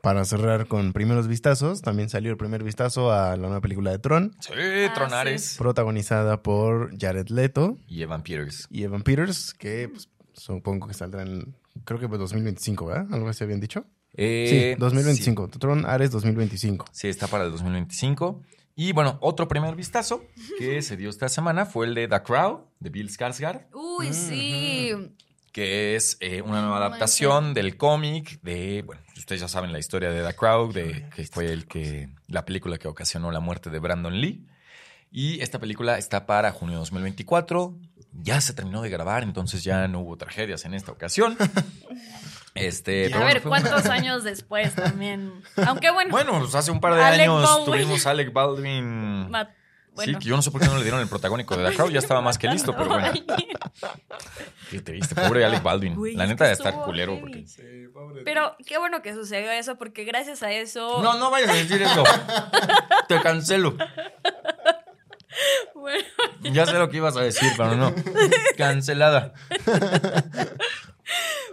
Speaker 2: Para cerrar con primeros vistazos, también salió el primer vistazo a la nueva película de Tron,
Speaker 1: Sí,
Speaker 4: sí.
Speaker 1: Tronares.
Speaker 4: Ah,
Speaker 2: protagonizada por Jared Leto
Speaker 1: Y Evan Peters.
Speaker 2: y Evan Peters, que pues, supongo que saldrá en, creo que pues, 2025, ¿verdad? Algo así habían dicho.
Speaker 1: Eh,
Speaker 2: sí, 2025. Tron Ares 2025.
Speaker 1: Sí, está para el 2025. Y bueno, otro primer vistazo que se dio esta semana fue el de The Crow, de Bill Skarsgård,
Speaker 4: Uy,
Speaker 2: Mm,
Speaker 4: sí.
Speaker 1: que es eh, una nueva
Speaker 4: Ah, No
Speaker 1: adaptación del cómic de, bueno, ustedes ya saben la historia de The Crow, de, que fue el que, la película que ocasionó la muerte de Brandon Lee. Y esta película está para junio de 2024. Ya se terminó de grabar, entonces ya no hubo tragedias en esta ocasión. Este, pero
Speaker 4: A
Speaker 1: bueno,
Speaker 4: ver,
Speaker 1: fue un-
Speaker 4: ¿cuántos años después también? Aunque bueno.
Speaker 1: Bueno, pues hace un par de
Speaker 4: Alec
Speaker 1: años
Speaker 4: Baldwin.
Speaker 1: tuvimos a Alec Baldwin.
Speaker 4: Ma- bueno.
Speaker 1: Sí, que yo no sé por qué no le dieron el protagónico de The Crow, ya estaba más que listo, pero bueno.
Speaker 4: Ay,
Speaker 1: Qué triste, pobre Alec Baldwin.
Speaker 4: Güey,
Speaker 1: la
Speaker 4: es
Speaker 1: neta
Speaker 4: que
Speaker 1: de estar
Speaker 4: estuvo
Speaker 1: culero.
Speaker 4: heavy.
Speaker 1: Porque...
Speaker 4: Pero qué bueno que sucedió eso, porque gracias a eso.
Speaker 1: No, no vayas a decir eso. Te cancelo.
Speaker 4: Bueno,
Speaker 1: Ya sé lo que ibas a decir, pero no. Cancelada.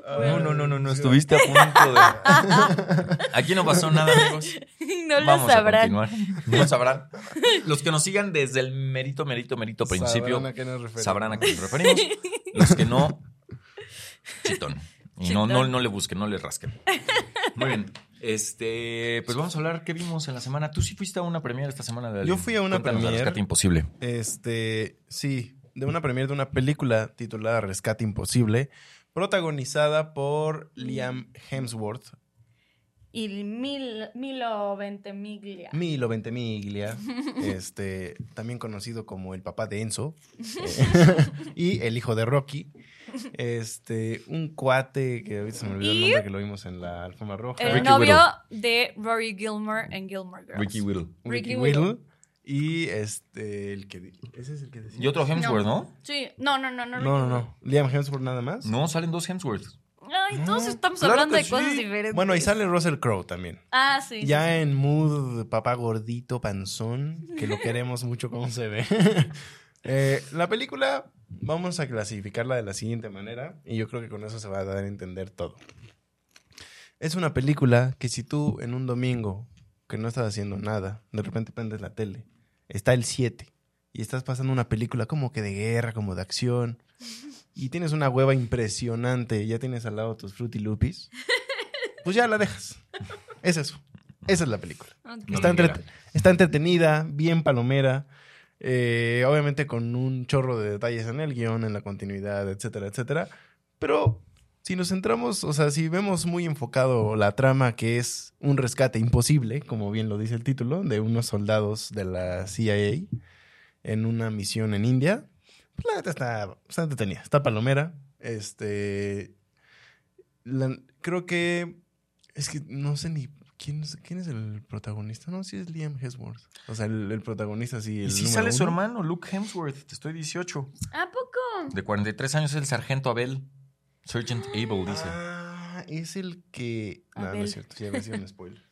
Speaker 1: No, no, no, no, no. Estuviste a punto de. Aquí no pasó nada, amigos.
Speaker 4: no lo
Speaker 1: Vamos a
Speaker 4: sabrán.
Speaker 1: continuar. No sabrán. Los que nos sigan desde el merito, merito, merito principio.
Speaker 2: Sabrán a qué nos referimos.
Speaker 1: sabrán a qué nos referimos. Los que no, chitón. Y no,
Speaker 4: Chitón.
Speaker 1: no, no le busquen, no le rasquen. Muy bien. Este, pues vamos a hablar qué vimos en la semana. Tú sí fuiste a una premiere esta semana de
Speaker 2: Yo fui a una
Speaker 1: Cuéntanos de
Speaker 2: premiere.
Speaker 1: Rescate Imposible.
Speaker 2: Este, sí, de una premiere de una película titulada Rescate Imposible, protagonizada por Liam Hemsworth,
Speaker 4: Y mil, milo veinte miglia.
Speaker 1: Mm,
Speaker 2: Milo Ventimiglia, este, también conocido como el papá de Enzo eh, y el hijo de Rocky. Este, un cuate que ahorita se me olvidó el
Speaker 4: Y- Eh,
Speaker 2: nombre que lo vimos en la alfombra roja.
Speaker 4: El
Speaker 1: Ricky
Speaker 4: novio de Rory Gilmore en Gilmore Girls.
Speaker 1: Ricky Whittle.
Speaker 2: Ricky
Speaker 4: Ricky
Speaker 2: Whittle. Y este, el que. di- Ese es el que decía.
Speaker 1: Y otro Hemsworth, ¿no?
Speaker 4: Sí, no, no, no,
Speaker 2: No,
Speaker 4: no. Ricky
Speaker 2: no, no. Liam Hemsworth nada más.
Speaker 1: No, salen dos Hemsworths.
Speaker 4: Whittle. Ay, todos
Speaker 2: No,
Speaker 4: estamos
Speaker 1: claro
Speaker 4: hablando
Speaker 1: que
Speaker 4: de cosas
Speaker 1: sí.
Speaker 4: diferentes.
Speaker 2: Bueno, y sale Russell Crowe también.
Speaker 4: Ah, sí. sí,
Speaker 2: Ya en mood papá gordito, panzón, que lo queremos mucho como se ve. Eh, la película vamos a clasificarla de la siguiente manera y yo creo que con eso se va a dar a entender todo. Es una película que si tú en un domingo que no estás haciendo nada, de repente prendes la tele, está el 7 y estás pasando una película como que de guerra, como de acción y tienes una hueva impresionante y ya tienes al lado tus Fruity Loopies, pues ya la dejas. Es eso. Esa es la película.
Speaker 4: Ok.
Speaker 1: No
Speaker 2: Está,
Speaker 1: me
Speaker 2: entrete- está entretenida, bien palomera. eh, obviamente con un chorro de detalles en el guión, en la continuidad, etcétera, etcétera. Pero si nos centramos, o sea, si vemos muy enfocado la trama que es un rescate imposible, como bien lo dice el título, de unos soldados de la CIA en una misión en India, pues, la neta está, está entretenida, está palomera. Este. la- creo que. Es que no sé ni. ¿Quién es, quién es el protagonista? No, sí es Liam Hemsworth. O sea, el, el protagonista sí. El
Speaker 1: y sí
Speaker 2: número
Speaker 1: sale su
Speaker 2: uno.
Speaker 1: hermano, Luke Hemsworth. Te estoy 18.
Speaker 4: ¿A poco?
Speaker 1: De 43 años es el sargento Abel. Sergeant Abel, dice.
Speaker 2: Ah, es el que. No, no
Speaker 4: Abel.
Speaker 2: es cierto, ya había sido un spoiler.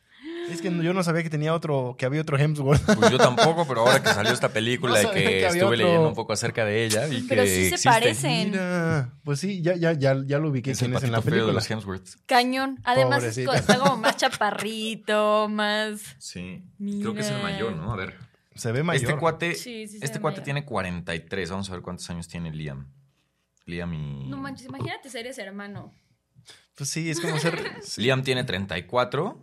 Speaker 2: es que no- yo no sabía que tenía otro, que había otro Hemsworth.
Speaker 1: Pues yo tampoco, pero ahora que salió esta película
Speaker 2: No
Speaker 1: y
Speaker 2: sabía
Speaker 1: que,
Speaker 2: que había
Speaker 1: estuve
Speaker 2: otro.
Speaker 1: leyendo un poco acerca de ella y
Speaker 4: Pero
Speaker 1: que
Speaker 4: sí se
Speaker 1: existe.
Speaker 4: parecen.
Speaker 2: Mira. Pues sí, ya, ya, ya, ya lo ubiqué
Speaker 1: Es el
Speaker 2: quién es
Speaker 1: patito
Speaker 2: en la
Speaker 1: feo de
Speaker 2: película.
Speaker 1: los Hemsworths.
Speaker 4: Cañón. Además, es
Speaker 2: Pobrecito.
Speaker 4: co- está como más chaparrito, más.
Speaker 1: Sí.
Speaker 4: Creo que es el Mira. mayor, ¿no?
Speaker 1: A ver.
Speaker 2: Se ve mayor.
Speaker 1: Este cuate,
Speaker 4: Sí, sí, se
Speaker 1: este
Speaker 4: ve
Speaker 1: cuate
Speaker 4: mayor.
Speaker 1: tiene 43. Vamos a ver cuántos años tiene Liam. Liam y.
Speaker 4: No manches, imagínate ser ese hermano.
Speaker 2: Pues sí, es como ser.
Speaker 1: Liam tiene 34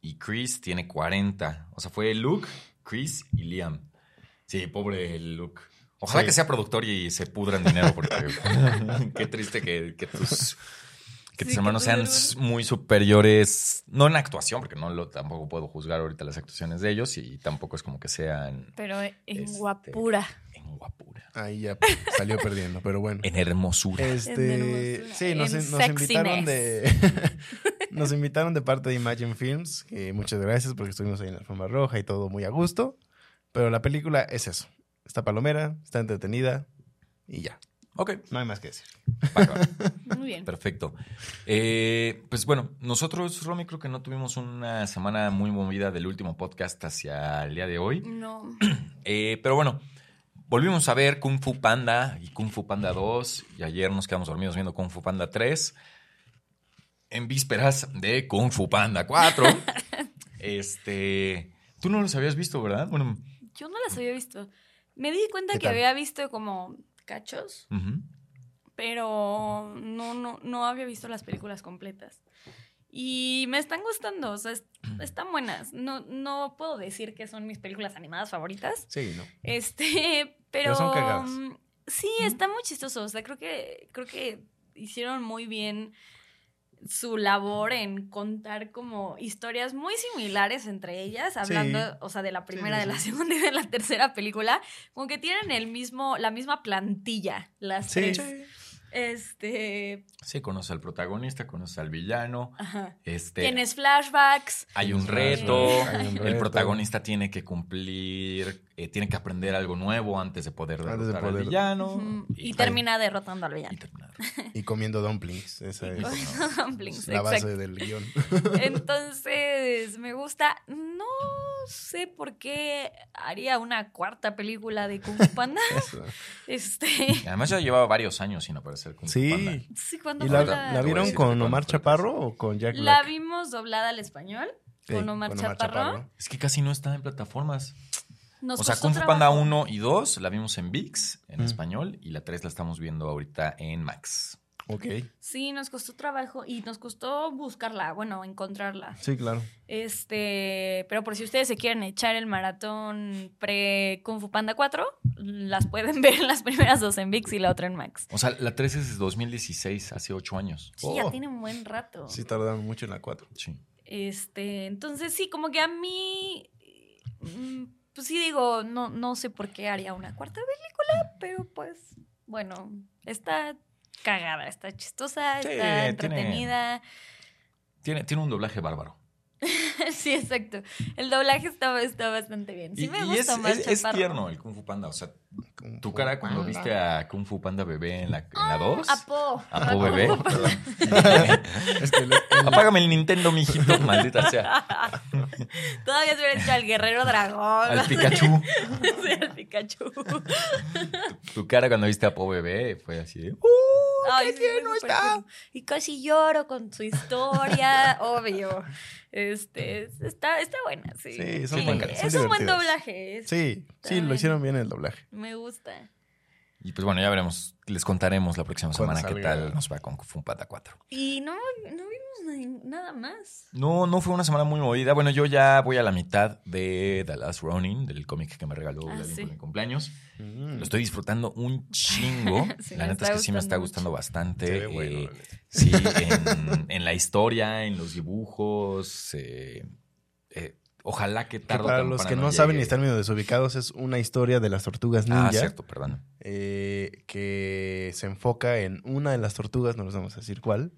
Speaker 1: y Chris tiene 40. O sea, fue Luke, Chris y Liam. Sí, pobre Luke. Ojalá
Speaker 2: Sí.
Speaker 1: que sea productor y se pudran dinero, porque qué triste que, que tus, que tus
Speaker 4: Sí,
Speaker 1: hermanos
Speaker 4: que
Speaker 1: sean
Speaker 4: pudieron.
Speaker 1: s- muy superiores, no en actuación, porque no lo tampoco puedo juzgar ahorita las actuaciones de ellos y tampoco es como que sean
Speaker 4: Pero en
Speaker 1: Este.
Speaker 4: guapura.
Speaker 1: en en guapura,
Speaker 2: Ahí ya salió perdiendo, pero bueno.
Speaker 1: en hermosura.
Speaker 2: Este,
Speaker 4: hermosura,
Speaker 2: sí, nos,
Speaker 4: en
Speaker 2: nos invitaron
Speaker 4: sexiness.
Speaker 2: de nos invitaron de parte de Imagine Films, que muchas gracias porque estuvimos ahí en la alfombra roja y todo muy a gusto, pero la película es eso. Está palomera, está entretenida y ya,
Speaker 1: Ok,
Speaker 2: no hay más que decir.
Speaker 1: va, va.
Speaker 4: Muy bien.
Speaker 1: Perfecto. Eh, pues bueno, nosotros, Romy, creo que no tuvimos una semana muy movida del último podcast hacia el día de hoy.
Speaker 4: No.
Speaker 1: Eh, pero bueno, volvimos a ver Kung Fu Panda y Kung Fu Panda 2. Y ayer nos quedamos dormidos viendo Kung Fu Panda 3. En vísperas de Kung Fu Panda 4. este. Tú no los habías visto, ¿verdad? Bueno.
Speaker 4: Yo no las había visto. Me di cuenta
Speaker 2: ¿Qué
Speaker 4: que
Speaker 2: tal?
Speaker 4: había visto como cachos,
Speaker 1: ujú.
Speaker 4: pero no, no, no había visto las películas completas. Y me están gustando, o sea, es- están buenas. No, no puedo decir que son mis películas animadas favoritas.
Speaker 2: Sí, no.
Speaker 4: Este, pero.
Speaker 2: Pero son cagadas.
Speaker 4: mm, Sí, está muy chistoso. O sea, creo que, creo que hicieron muy bien su labor en contar como historias muy similares entre ellas, hablando, o sea, de la primera,
Speaker 2: sí,
Speaker 4: de la
Speaker 2: sí.
Speaker 4: segunda y de la tercera película, como que tienen el mismo, la misma plantilla, las
Speaker 2: Sí.
Speaker 4: tres. Este,
Speaker 1: Sí, conoces al protagonista, conoces al villano.
Speaker 4: ajá.
Speaker 1: Este.
Speaker 4: Tienes flashbacks,
Speaker 1: Hay un
Speaker 2: Sí.
Speaker 1: reto.
Speaker 2: Hay un
Speaker 1: El
Speaker 2: reto.
Speaker 1: protagonista tiene que cumplir, eh, tiene que aprender algo nuevo antes de poder
Speaker 2: Antes de
Speaker 1: derrotar al
Speaker 2: poder.
Speaker 1: villano.
Speaker 4: ujú, y,
Speaker 1: Ay,
Speaker 4: termina derrotando al
Speaker 1: y
Speaker 4: villano.
Speaker 1: terminar.
Speaker 2: Y comiendo dumplings, esa es
Speaker 4: Dumplings,
Speaker 2: la base
Speaker 4: exacto.
Speaker 2: del guión.
Speaker 4: Entonces, me gusta. No sé por qué haría una cuarta película de Kung Fu Panda.
Speaker 2: Eso.
Speaker 4: Este,
Speaker 1: Además ya llevaba varios años sin aparecer con Panda.
Speaker 2: Sí.
Speaker 4: sí, cuando
Speaker 2: ¿Y
Speaker 4: fue
Speaker 2: la,
Speaker 4: la,
Speaker 2: la
Speaker 1: Te voy a
Speaker 2: vieron
Speaker 1: decir
Speaker 2: con
Speaker 1: cuándo
Speaker 2: Omar
Speaker 1: fue,
Speaker 2: Chaparro o con Jack
Speaker 4: la
Speaker 2: Black?
Speaker 4: vimos doblada al español
Speaker 2: Sí,
Speaker 4: con Omar Chaparro.
Speaker 1: Es que casi no está en plataformas.
Speaker 4: Nos
Speaker 1: o sea,
Speaker 4: costó
Speaker 1: Kung Fu Panda
Speaker 4: trabajo.
Speaker 1: 1 y 2 la vimos en VIX, en
Speaker 2: Mm.
Speaker 1: español, y la 3 la estamos viendo ahorita en Max.
Speaker 2: Ok,
Speaker 4: Sí, nos costó trabajo y nos costó buscarla, bueno, encontrarla.
Speaker 2: sí, claro.
Speaker 4: Este, pero por si ustedes se quieren echar el maratón pre Kung Fu Panda 4, las pueden ver las primeras dos en VIX y la otra en Max.
Speaker 1: O sea, la 3 es de 2016, hace 8 años.
Speaker 4: Sí, ya
Speaker 2: Oh.
Speaker 4: tiene un buen rato.
Speaker 2: Sí tardaron mucho en la 4.
Speaker 1: Sí.
Speaker 4: Este, entonces sí, como que a mí, mm, pues sí digo, no, no sé por qué haría una cuarta película, pero pues, bueno, está cagada, está chistosa,
Speaker 1: Sí,
Speaker 4: está
Speaker 1: tiene-
Speaker 4: entretenida.
Speaker 1: Tiene, tiene un doblaje bárbaro.
Speaker 4: Sí, exacto. El doblaje está, está bastante bien. Sí
Speaker 1: y
Speaker 4: me
Speaker 1: y
Speaker 4: gusta
Speaker 1: es,
Speaker 4: más
Speaker 1: es- es
Speaker 4: Chaparro.
Speaker 1: tierno el Kung Fu Panda. O sea, tu cara cuando viste a Kung Fu Panda bebé en la, en la 2.
Speaker 4: Apo.
Speaker 1: Ah, po, bebé.
Speaker 2: Es que le-
Speaker 1: Apágame el Nintendo, mijito, maldita sea.
Speaker 4: Todavía se hubiera dicho al guerrero dragón.
Speaker 1: Al Pikachu.
Speaker 4: Sí, al Pikachu.
Speaker 1: Tu cara cuando viste a Po Bebé fue así de. "Uh".
Speaker 4: Ay, sí, fue súper cool. Y casi lloro con su historia, obvio. Este, está, está buena, sí.
Speaker 2: Sí, son
Speaker 1: Sí,
Speaker 2: buenas,
Speaker 1: es
Speaker 2: son
Speaker 4: es un buen
Speaker 2: divertidas.
Speaker 4: doblaje. es-
Speaker 2: Sí, sí, lo
Speaker 4: bien.
Speaker 2: hicieron bien el doblaje.
Speaker 4: Me gusta.
Speaker 1: Y pues bueno, ya veremos. Les contaremos la próxima
Speaker 2: Cuando
Speaker 1: semana qué
Speaker 2: salga.
Speaker 1: tal nos va con Kung Fu Panda 4.
Speaker 4: Y no, no vimos ni- nada más.
Speaker 1: No, no fue una semana muy movida. Bueno, yo ya voy a la mitad de The Last Ronin, del cómic que me regaló
Speaker 4: Ah,
Speaker 1: Vladimir
Speaker 4: sí.
Speaker 1: por mi cumpleaños.
Speaker 2: Mm.
Speaker 1: Lo estoy disfrutando un chingo.
Speaker 4: Sí,
Speaker 1: la
Speaker 4: me
Speaker 1: neta
Speaker 4: está
Speaker 1: es que sí me
Speaker 4: gustando
Speaker 1: está
Speaker 4: mucho.
Speaker 1: gustando bastante.
Speaker 2: Se ve
Speaker 1: Eh,
Speaker 2: bueno, la neta.
Speaker 1: Sí, en, en la historia, en los dibujos. eh, eh, ojalá que
Speaker 2: Que
Speaker 1: tarde o
Speaker 2: para los
Speaker 1: temprano
Speaker 2: que no saben y
Speaker 1: llegue.
Speaker 2: están medio desubicados, es una historia de las tortugas
Speaker 1: Ah,
Speaker 2: ninja
Speaker 1: cierto, perdón.
Speaker 2: eh, que se enfoca en una de las tortugas, no les vamos a decir cuál,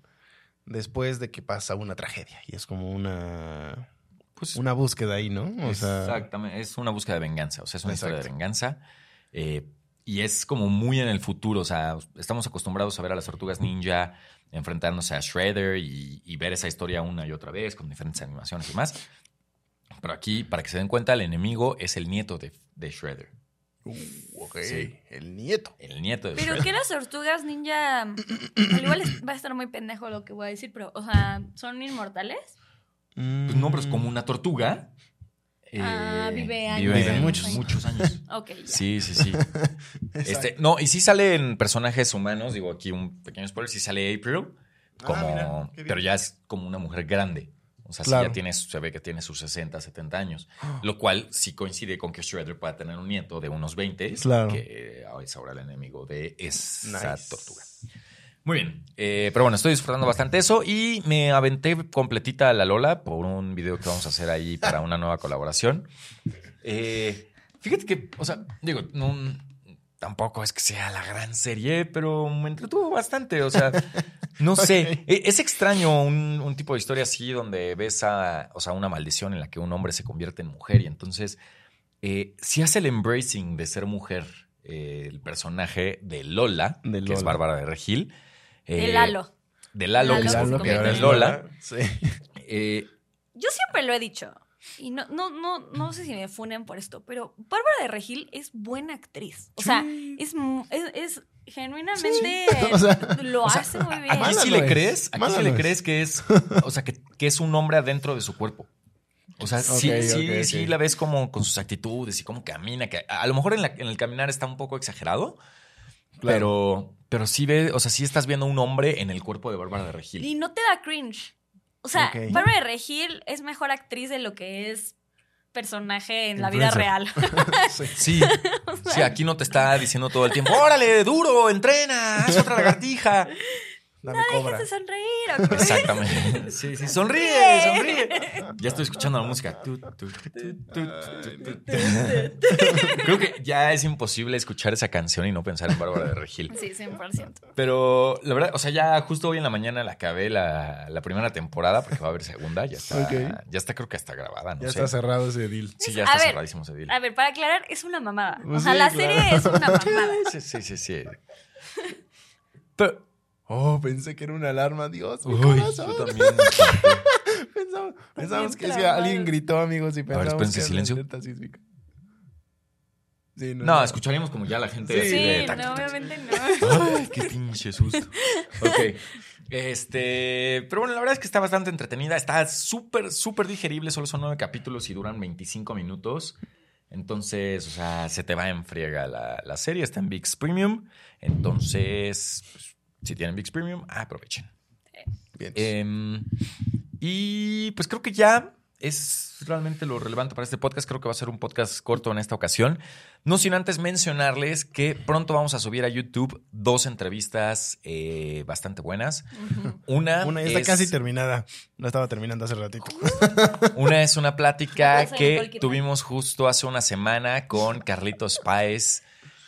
Speaker 2: después de que pasa una tragedia. Y es como una,
Speaker 1: Pues,
Speaker 2: una búsqueda ahí, ¿no? O sea,
Speaker 1: exactamente. Es una búsqueda de venganza. O sea, es una historia de
Speaker 2: Exacto.
Speaker 1: venganza. eh, y es como muy en el futuro. O sea, estamos acostumbrados a ver a las tortugas ninja enfrentándose a Shredder y, y ver esa historia una y otra vez con diferentes animaciones y más. Pero aquí, para que se den cuenta, el enemigo es el nieto de, de Shredder.
Speaker 2: uh, ok,
Speaker 1: Sí.
Speaker 2: el nieto.
Speaker 1: El nieto de
Speaker 2: Pues
Speaker 4: Pero
Speaker 1: Shredder.
Speaker 4: que las tortugas ninja, al igual es- va a estar muy pendejo lo que voy a decir, pero, o sea, ¿son inmortales?
Speaker 1: Pues no, pero es como una tortuga. eh,
Speaker 4: Ah, vive años.
Speaker 1: vive
Speaker 2: Viven
Speaker 1: muchos, muchos
Speaker 2: muchos.
Speaker 1: años.
Speaker 4: Ok, ya.
Speaker 1: Sí, sí, sí.
Speaker 2: Exacto.
Speaker 1: Este, no, y sí salen personajes humanos, digo aquí un pequeño spoiler, sí sale April,
Speaker 2: Ah,
Speaker 1: como,
Speaker 2: mira, qué bien.
Speaker 1: pero ya es como una mujer grande. O sea, sí
Speaker 2: Claro. Ah.
Speaker 1: ya tiene, se ve que tiene sus 60, 70 años, lo cual sí coincide con que Shredder pueda tener un nieto de unos 20,
Speaker 2: Claro.
Speaker 1: que es ahora el enemigo de esa
Speaker 2: Nice.
Speaker 1: tortuga. Muy bien, eh, pero bueno, estoy disfrutando bastante eso y me aventé completita a la Lola por un video que vamos a hacer ahí para una nueva colaboración. Eh, fíjate que, o sea, digo, no, tampoco es que sea la gran serie, pero me entretuvo bastante. O sea, no sé. E- Es extraño un, un tipo de historia así donde ves a, o sea, una maldición en la que un hombre se convierte en mujer y entonces eh, sí hace el embracing de ser mujer eh, el personaje de Lola,
Speaker 2: De
Speaker 1: que es
Speaker 2: Lola.
Speaker 1: Bárbara de Regil. eh,
Speaker 4: El halo.
Speaker 1: De Lalo,
Speaker 4: Lalo
Speaker 1: que se
Speaker 4: Lalo,
Speaker 1: convierte
Speaker 4: que ahora
Speaker 1: en
Speaker 4: es
Speaker 1: Lola.
Speaker 2: Sí.
Speaker 1: Eh,
Speaker 4: Yo siempre lo he dicho. Y no, no, no, no sé si me funen por esto, pero Bárbara de Regil es buena actriz. O sea, es, mu- es, es genuinamente
Speaker 2: O sea,
Speaker 4: lo
Speaker 1: sea,
Speaker 4: hace muy bien.
Speaker 1: Aquí
Speaker 2: Mala
Speaker 1: sí
Speaker 2: no
Speaker 1: le
Speaker 2: es.
Speaker 1: crees, aquí
Speaker 2: Mala
Speaker 1: sí le
Speaker 2: no es.
Speaker 1: crees que es, o sea, que, que es un hombre adentro de su cuerpo. O sea, sí,
Speaker 2: Ok,
Speaker 1: sí,
Speaker 2: ok,
Speaker 1: sí
Speaker 2: ok.
Speaker 1: la ves como con sus actitudes y cómo camina, que a a lo mejor en, la- en el caminar está un poco exagerado, pero, pero sí ve, o sea, sí estás viendo un hombre en el cuerpo de Bárbara de
Speaker 4: Y
Speaker 1: Regil.
Speaker 4: no te da cringe. O sea,
Speaker 2: Ok.
Speaker 4: Bárbara de Regil es mejor actriz de lo que es personaje en la vida
Speaker 2: Influencer.
Speaker 4: real.
Speaker 1: Sí, sí, aquí no te está diciendo todo el tiempo, órale, duro, entrena, haz otra lagartija.
Speaker 2: Dame cobra.
Speaker 4: Dejas de sonreír. ¿ok?
Speaker 1: Exactamente. Sí, sí, sonríe, sonríe. Ya estoy escuchando la música. Tu, tu, tu, tu, tu, tu, tu. Creo que ya es imposible escuchar esa canción y no pensar en Bárbara de Regil.
Speaker 4: Sí, 100%.
Speaker 1: Pero la verdad, o sea, ya justo hoy en la mañana la acabé la, la primera temporada porque va a haber segunda. Ya está,
Speaker 2: Ok.
Speaker 1: ya está, creo que está grabada. No
Speaker 2: Ya
Speaker 1: sé.
Speaker 2: está cerrado ese deal.
Speaker 1: Sí, ya
Speaker 4: A
Speaker 1: está
Speaker 4: ver.
Speaker 1: cerradísimo ese deal.
Speaker 4: A ver, para aclarar, es una mamada. O
Speaker 2: Pues
Speaker 4: sea,
Speaker 2: sí,
Speaker 4: la
Speaker 2: claro.
Speaker 4: serie es una mamada.
Speaker 1: Sí, sí, sí, sí.
Speaker 2: Pero- oh, pensé que era una alarma. Dios, mi
Speaker 1: Uy,
Speaker 2: corazón.
Speaker 1: yo también.
Speaker 2: Pensamos, pensamos que, es que
Speaker 4: clavados.
Speaker 2: alguien gritó, amigos, y pensamos
Speaker 1: espérense,
Speaker 2: que era
Speaker 1: silencio.
Speaker 2: una alerta sísmica. Sí,
Speaker 1: No, escucharíamos como ya la gente
Speaker 2: Sí,
Speaker 1: así de
Speaker 4: Sí,
Speaker 1: tac,
Speaker 4: no,
Speaker 1: tac, tac.
Speaker 4: obviamente no.
Speaker 1: Ay, qué pinche susto. Ok. Este, pero bueno, la verdad es que está bastante entretenida, está súper, súper digerible, solo son nueve capítulos y duran 25 minutos. Entonces, o sea, se te va en friega la, la serie, está en VIX Premium. Entonces, pues, si tienen VIX Premium, aprovechen.
Speaker 2: Bien.
Speaker 1: Em, y pues creo que ya es realmente lo relevante para este podcast. Creo que va a ser un podcast corto en esta ocasión. No sin antes mencionarles que pronto vamos a subir a YouTube dos entrevistas eh, bastante buenas.
Speaker 4: Ujú.
Speaker 1: Una,
Speaker 2: Una ya está
Speaker 1: es,
Speaker 2: casi terminada. La estaba terminando hace ratito.
Speaker 1: una es una plática
Speaker 4: Yo soy Nicole
Speaker 1: que
Speaker 4: Kidman.
Speaker 1: tuvimos justo hace una semana con Carlitos Páez,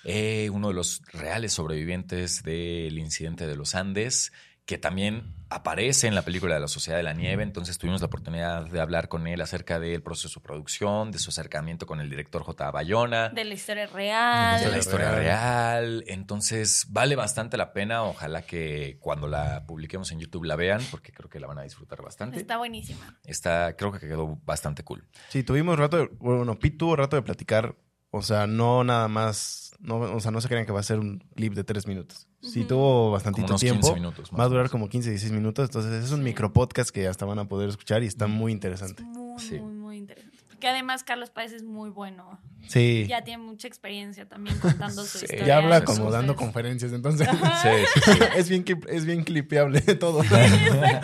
Speaker 1: eh, uno de los reales sobrevivientes del incidente de los Andes, que también aparece en la película de la Sociedad de la Nieve. Entonces tuvimos la oportunidad de hablar con él acerca del proceso de su producción, de su acercamiento con el director J. Bayona.
Speaker 4: De la historia
Speaker 1: Esa es la
Speaker 4: real.
Speaker 1: historia
Speaker 2: Real.
Speaker 1: real. Entonces, vale bastante la pena. Ojalá que cuando la publiquemos en YouTube la vean, porque creo que la van a disfrutar bastante.
Speaker 4: Está buenísima.
Speaker 1: Está, creo que quedó bastante cool.
Speaker 2: Sí, tuvimos rato, de- bueno, Pete tuvo rato de platicar, o sea, no nada más, no, o sea, no se crean que va a ser un clip de tres minutos. Sí,
Speaker 4: Ujú.
Speaker 2: tuvo
Speaker 1: Como
Speaker 2: bastantito
Speaker 1: unos
Speaker 2: tiempo.
Speaker 1: 15 minutos. más
Speaker 2: Va a
Speaker 1: o
Speaker 2: durar
Speaker 1: menos.
Speaker 2: como 15, 16 minutos, entonces es un micropodcast que hasta van a poder escuchar y está
Speaker 1: Mm.
Speaker 2: muy
Speaker 4: Es
Speaker 2: interesante.
Speaker 4: muy,
Speaker 1: Sí.
Speaker 4: muy, muy interesante. Que además Carlos Páez es muy bueno.
Speaker 2: Sí, ya,
Speaker 4: Ya tiene mucha experiencia también contando su
Speaker 1: Sí.
Speaker 4: historia.
Speaker 1: Ya
Speaker 2: habla
Speaker 1: entonces-
Speaker 2: como dando
Speaker 4: Entonces-
Speaker 2: conferencias, entonces
Speaker 4: Ah,
Speaker 1: Sí, sí, sí.
Speaker 2: es, bien, clip- es bien clipeable todo.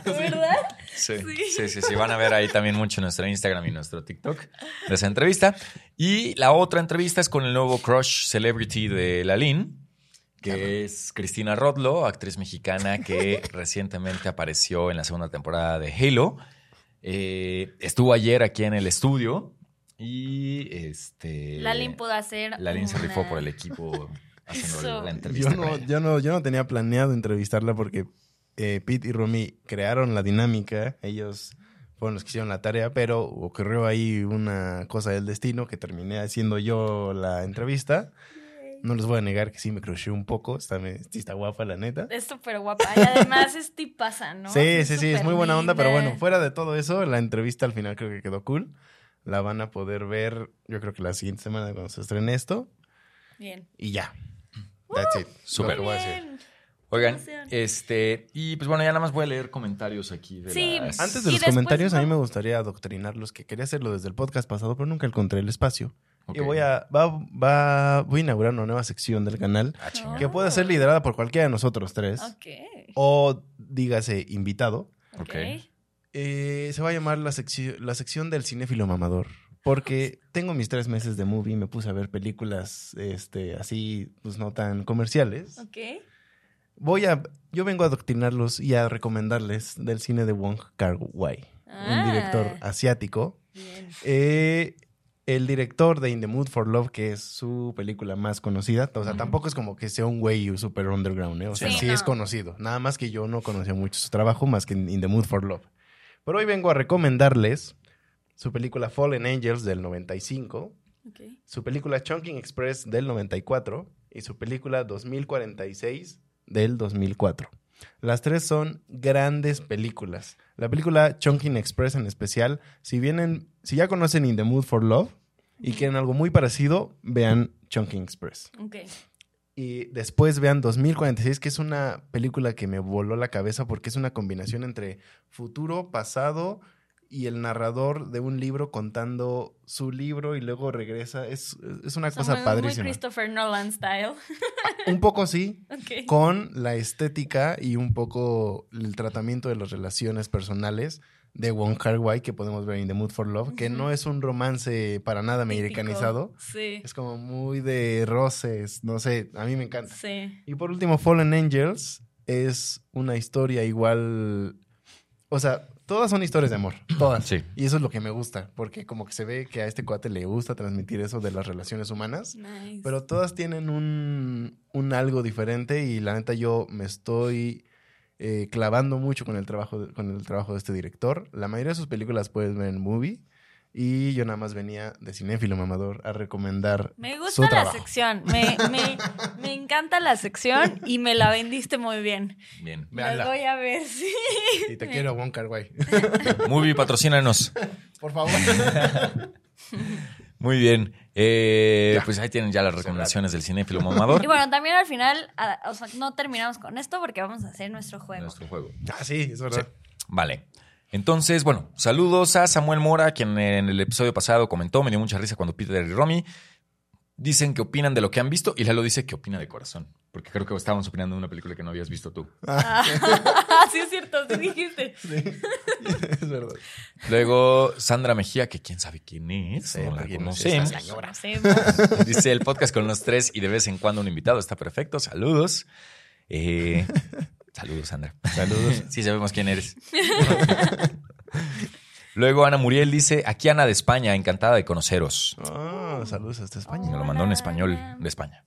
Speaker 4: ¿Verdad?
Speaker 1: Sí,
Speaker 4: Sí.
Speaker 1: sí, sí, sí. Van a ver ahí también mucho en nuestro Instagram y nuestro TikTok de esa entrevista. Y la otra entrevista es con el nuevo crush celebrity de Lalín, que es Cristina Rodlo, actriz mexicana que recientemente apareció en la segunda temporada de Halo. Eh, estuvo ayer aquí en el estudio y este.
Speaker 4: Lalín pudo hacer.
Speaker 1: Lalín se
Speaker 4: una-
Speaker 1: rifó por el equipo haciendo
Speaker 4: Hizo-
Speaker 1: la
Speaker 2: Yo
Speaker 1: entrevista. con
Speaker 2: no,
Speaker 1: ella.
Speaker 2: yo, no, yo no tenía planeado entrevistarla porque eh, Pete y Romy crearon la dinámica, ellos fueron los que hicieron la tarea, pero ocurrió ahí una cosa del destino que terminé haciendo yo la entrevista. No les voy a negar que sí me crushé un poco, está, me- sí está guapa la neta.
Speaker 4: Es súper guapa. Y además es tipaza, ¿no?
Speaker 2: sí, sí, sí, es
Speaker 4: súper
Speaker 2: muy buena onda, pero
Speaker 4: linda.
Speaker 2: bueno, fuera de todo eso, la entrevista al final creo que quedó cool. La van a poder ver, yo creo que la siguiente semana cuando se estrene esto,
Speaker 4: Bien.
Speaker 2: y ya. That's it.
Speaker 1: Súper.
Speaker 2: Lo que voy a decir.
Speaker 4: Bien.
Speaker 1: Oigan,
Speaker 4: Emoción.
Speaker 1: este, y pues bueno, ya nada más voy a leer comentarios aquí. De
Speaker 4: Sí,
Speaker 1: las-
Speaker 2: Antes de los
Speaker 4: Y después
Speaker 2: comentarios, a mí
Speaker 4: no.
Speaker 2: me gustaría adoctrinarlos, que quería hacerlo desde el podcast pasado, pero nunca encontré el espacio.
Speaker 1: Ok.
Speaker 2: Y voy a, va, va- voy a inaugurar una nueva sección del canal
Speaker 1: Ah, chinga.
Speaker 2: que puede ser liderada por cualquiera de nosotros tres,
Speaker 4: Ok.
Speaker 2: o dígase invitado.
Speaker 4: Ok.
Speaker 1: Ok.
Speaker 2: Eh, se va a llamar la, secci- la sección del cinéfilo mamador, porque tengo mis tres meses de movie, me puse a ver películas este, así, pues no tan comerciales.
Speaker 4: Ok.
Speaker 2: Voy a, yo vengo a adoctrinarlos y a recomendarles del cine de Wong Kar Wai,
Speaker 4: Ah.
Speaker 2: un director asiático.
Speaker 4: Bien.
Speaker 2: Eh, El director de In the Mood for Love, que es su película más conocida, o sea,
Speaker 1: Ujú.
Speaker 2: tampoco es como que sea un güey super underground, ¿eh? o sea,
Speaker 4: Sí,
Speaker 2: sí,
Speaker 4: no.
Speaker 2: es conocido. Nada más que yo no conocía mucho su trabajo más que en In the Mood for Love. Pero hoy vengo a recomendarles su película Fallen Angels del 95,
Speaker 4: Ok.
Speaker 2: su película Chunking Express del 94 y su película 2046 del 2004. Las tres son grandes películas. La película Chunking Express en especial, si vienen, si ya conocen In the Mood for Love y quieren algo muy parecido, vean Chunking Express.
Speaker 4: Ok.
Speaker 2: Y después vean 2046, que es una película que me voló la cabeza porque es una combinación entre futuro, pasado y el narrador de un libro contando su libro y luego regresa. Es, es una
Speaker 4: O sea,
Speaker 2: cosa
Speaker 4: muy,
Speaker 2: padrísima.
Speaker 4: Muy Christopher Nolan style.
Speaker 2: Un poco sí,
Speaker 4: Ok.
Speaker 2: con la estética y un poco el tratamiento de las relaciones personales de Wong Kar Wai que podemos ver en The Mood for Love, que
Speaker 4: Ujú.
Speaker 2: no es un romance para nada
Speaker 4: Típico.
Speaker 2: americanizado.
Speaker 4: Sí.
Speaker 2: Es como muy de roces, no sé, a mí me encanta.
Speaker 4: Sí.
Speaker 2: Y por último, Fallen Angels es una historia igual. O sea, todas son historias de amor. Todas.
Speaker 1: Sí.
Speaker 2: Y eso es lo que me gusta, porque como que se ve que a este cuate le gusta transmitir eso de las relaciones humanas.
Speaker 4: Nice.
Speaker 2: Pero todas tienen un, un algo diferente y la neta yo me estoy eh, clavando mucho con el, trabajo, con el trabajo de este director. La mayoría de sus películas puedes ver en movie y yo nada más venía de cinéfilo mamador a recomendar
Speaker 4: me
Speaker 2: su
Speaker 4: gusta la
Speaker 2: trabajo.
Speaker 4: sección. Me, me, me encanta la sección y me la vendiste muy bien.
Speaker 1: Bien.
Speaker 4: La
Speaker 2: Véanla.
Speaker 4: voy a ver, sí.
Speaker 2: Y te quiero, Wong Kar Wai.
Speaker 1: Movie, patrocínanos.
Speaker 2: Por favor.
Speaker 1: Muy bien. Eh,
Speaker 2: Ya.
Speaker 1: pues ahí tienen ya las recomendaciones del cinéfilo mamador.
Speaker 4: Y bueno, también al final, a- o sea, no terminamos con esto porque vamos a hacer nuestro juego.
Speaker 1: Nuestro juego.
Speaker 2: Ah, sí, es verdad.
Speaker 1: Vale. Entonces, bueno, saludos a Samuel Mora, quien en el episodio pasado comentó, me dio mucha risa cuando Peter y Romy dicen que opinan de lo que han visto y Lalo dice que opina de corazón, porque creo que estábamos opinando de una película que no habías visto tú.
Speaker 4: Ah, sí es cierto, sí dijiste.
Speaker 2: Sí. es verdad.
Speaker 1: Luego, Sandra Mejía, que quién sabe quién es,
Speaker 2: Sí,
Speaker 1: no la
Speaker 2: porque no sé,
Speaker 1: conocemos.
Speaker 2: esa señora.
Speaker 1: Dice el podcast con los tres y de vez en cuando un invitado. Está perfecto. Saludos. Eh, saludos, Sandra. Saludos. Sí, sabemos quién eres. Luego Ana Muriel dice, aquí Ana de España, encantada de conoceros.
Speaker 2: Ah, saludos hasta España.
Speaker 1: Me lo
Speaker 4: Hola,
Speaker 1: mandó en español
Speaker 4: Ana.
Speaker 1: de España.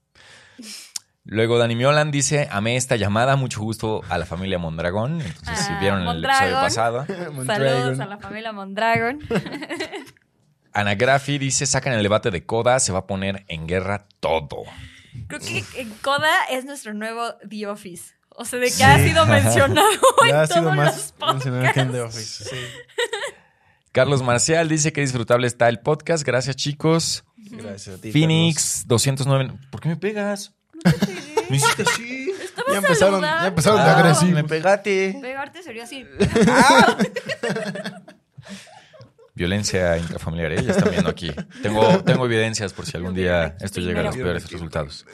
Speaker 1: Luego Dani Miolan dice, amé esta llamada, mucho gusto a la familia Mondragón. Entonces, si
Speaker 4: Ah,
Speaker 1: vieron el episodio
Speaker 4: Mondragón.
Speaker 1: pasado.
Speaker 4: Saludos a la familia Mondragon.
Speaker 1: Ana Graffi dice, sacan el debate de Coda, se va a poner en guerra todo.
Speaker 4: Creo que en Coda es nuestro nuevo The Office. O sea, de que ha sido mencionado en
Speaker 2: Ya ha
Speaker 4: todos
Speaker 2: sido
Speaker 4: los
Speaker 2: más mencionada que en
Speaker 4: podcasts.
Speaker 2: The Office. Sí.
Speaker 1: Carlos Marcial dice que disfrutable está el podcast. Gracias, chicos.
Speaker 2: Gracias a ti.
Speaker 1: Phoenix 209. ¿Por qué me pegas? Me hiciste así.
Speaker 2: Carlos. Ya empezaron, ya
Speaker 4: saludando.
Speaker 2: empezaron de
Speaker 1: Ah,
Speaker 2: agresivos.
Speaker 1: me pegaste.
Speaker 4: Pegarte sería así.
Speaker 1: Violencia intrafamiliar, ¿eh? Ya están viendo aquí. Tengo, tengo evidencias por si algún día esto llega a los
Speaker 4: Primero.
Speaker 1: peores resultados.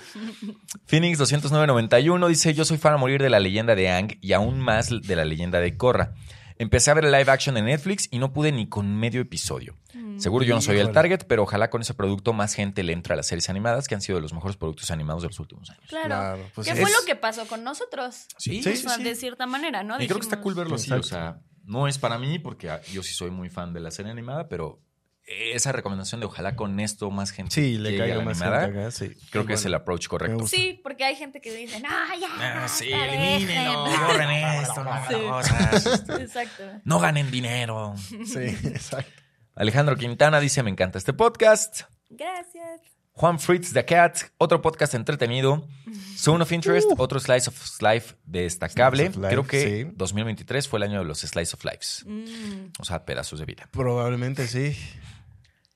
Speaker 1: Phoenix 20991 dice: Yo soy fan a morir de la leyenda de Ang y aún más de la leyenda de Korra. Empecé a ver el live action de Netflix y no pude ni con medio episodio.
Speaker 4: Mm.
Speaker 1: Seguro yo no soy el
Speaker 2: Híjole.
Speaker 1: target, pero ojalá con ese producto más gente le entre a las series animadas, que han sido de los mejores productos animados de los últimos años.
Speaker 4: Claro.
Speaker 2: Claro, pues
Speaker 4: ¿Qué
Speaker 2: es-
Speaker 4: fue lo que pasó con nosotros?
Speaker 1: Sí,
Speaker 4: O sea, De cierta manera, ¿no?
Speaker 1: Y creo que está
Speaker 4: Dijimos,
Speaker 1: cool verlo así. O sea,
Speaker 2: Exacto.
Speaker 1: no es para mí porque ah, yo sí soy muy fan de la serie animada, pero esa recomendación de ojalá con esto más gente
Speaker 2: Sí, le
Speaker 1: llegue a
Speaker 2: caiga
Speaker 1: la
Speaker 2: más gente
Speaker 1: animada,
Speaker 2: acá, sí.
Speaker 1: creo que es el approach
Speaker 2: Me
Speaker 1: correcto.
Speaker 2: gusta.
Speaker 4: Sí, porque hay gente que dice, no, ya.
Speaker 1: Ah,
Speaker 4: basta,
Speaker 1: sí,
Speaker 4: dejen".
Speaker 1: elimínenlo, borren esto, no hagan
Speaker 4: Sí.
Speaker 1: cosas, este,
Speaker 4: Exacto.
Speaker 1: no ganen dinero.
Speaker 2: Sí, exacto.
Speaker 1: Alejandro Quintana dice, me encanta este podcast.
Speaker 4: Gracias.
Speaker 1: Juan Fritz The Cat, otro podcast entretenido. Zone of Interest, otro Slice of Life destacable.
Speaker 2: Uh. Slice of Life,
Speaker 1: Creo que
Speaker 2: sí.
Speaker 1: 2023 fue el año de los Slice of Lives.
Speaker 4: Mm.
Speaker 1: O sea, pedazos de vida.
Speaker 2: Probablemente sí.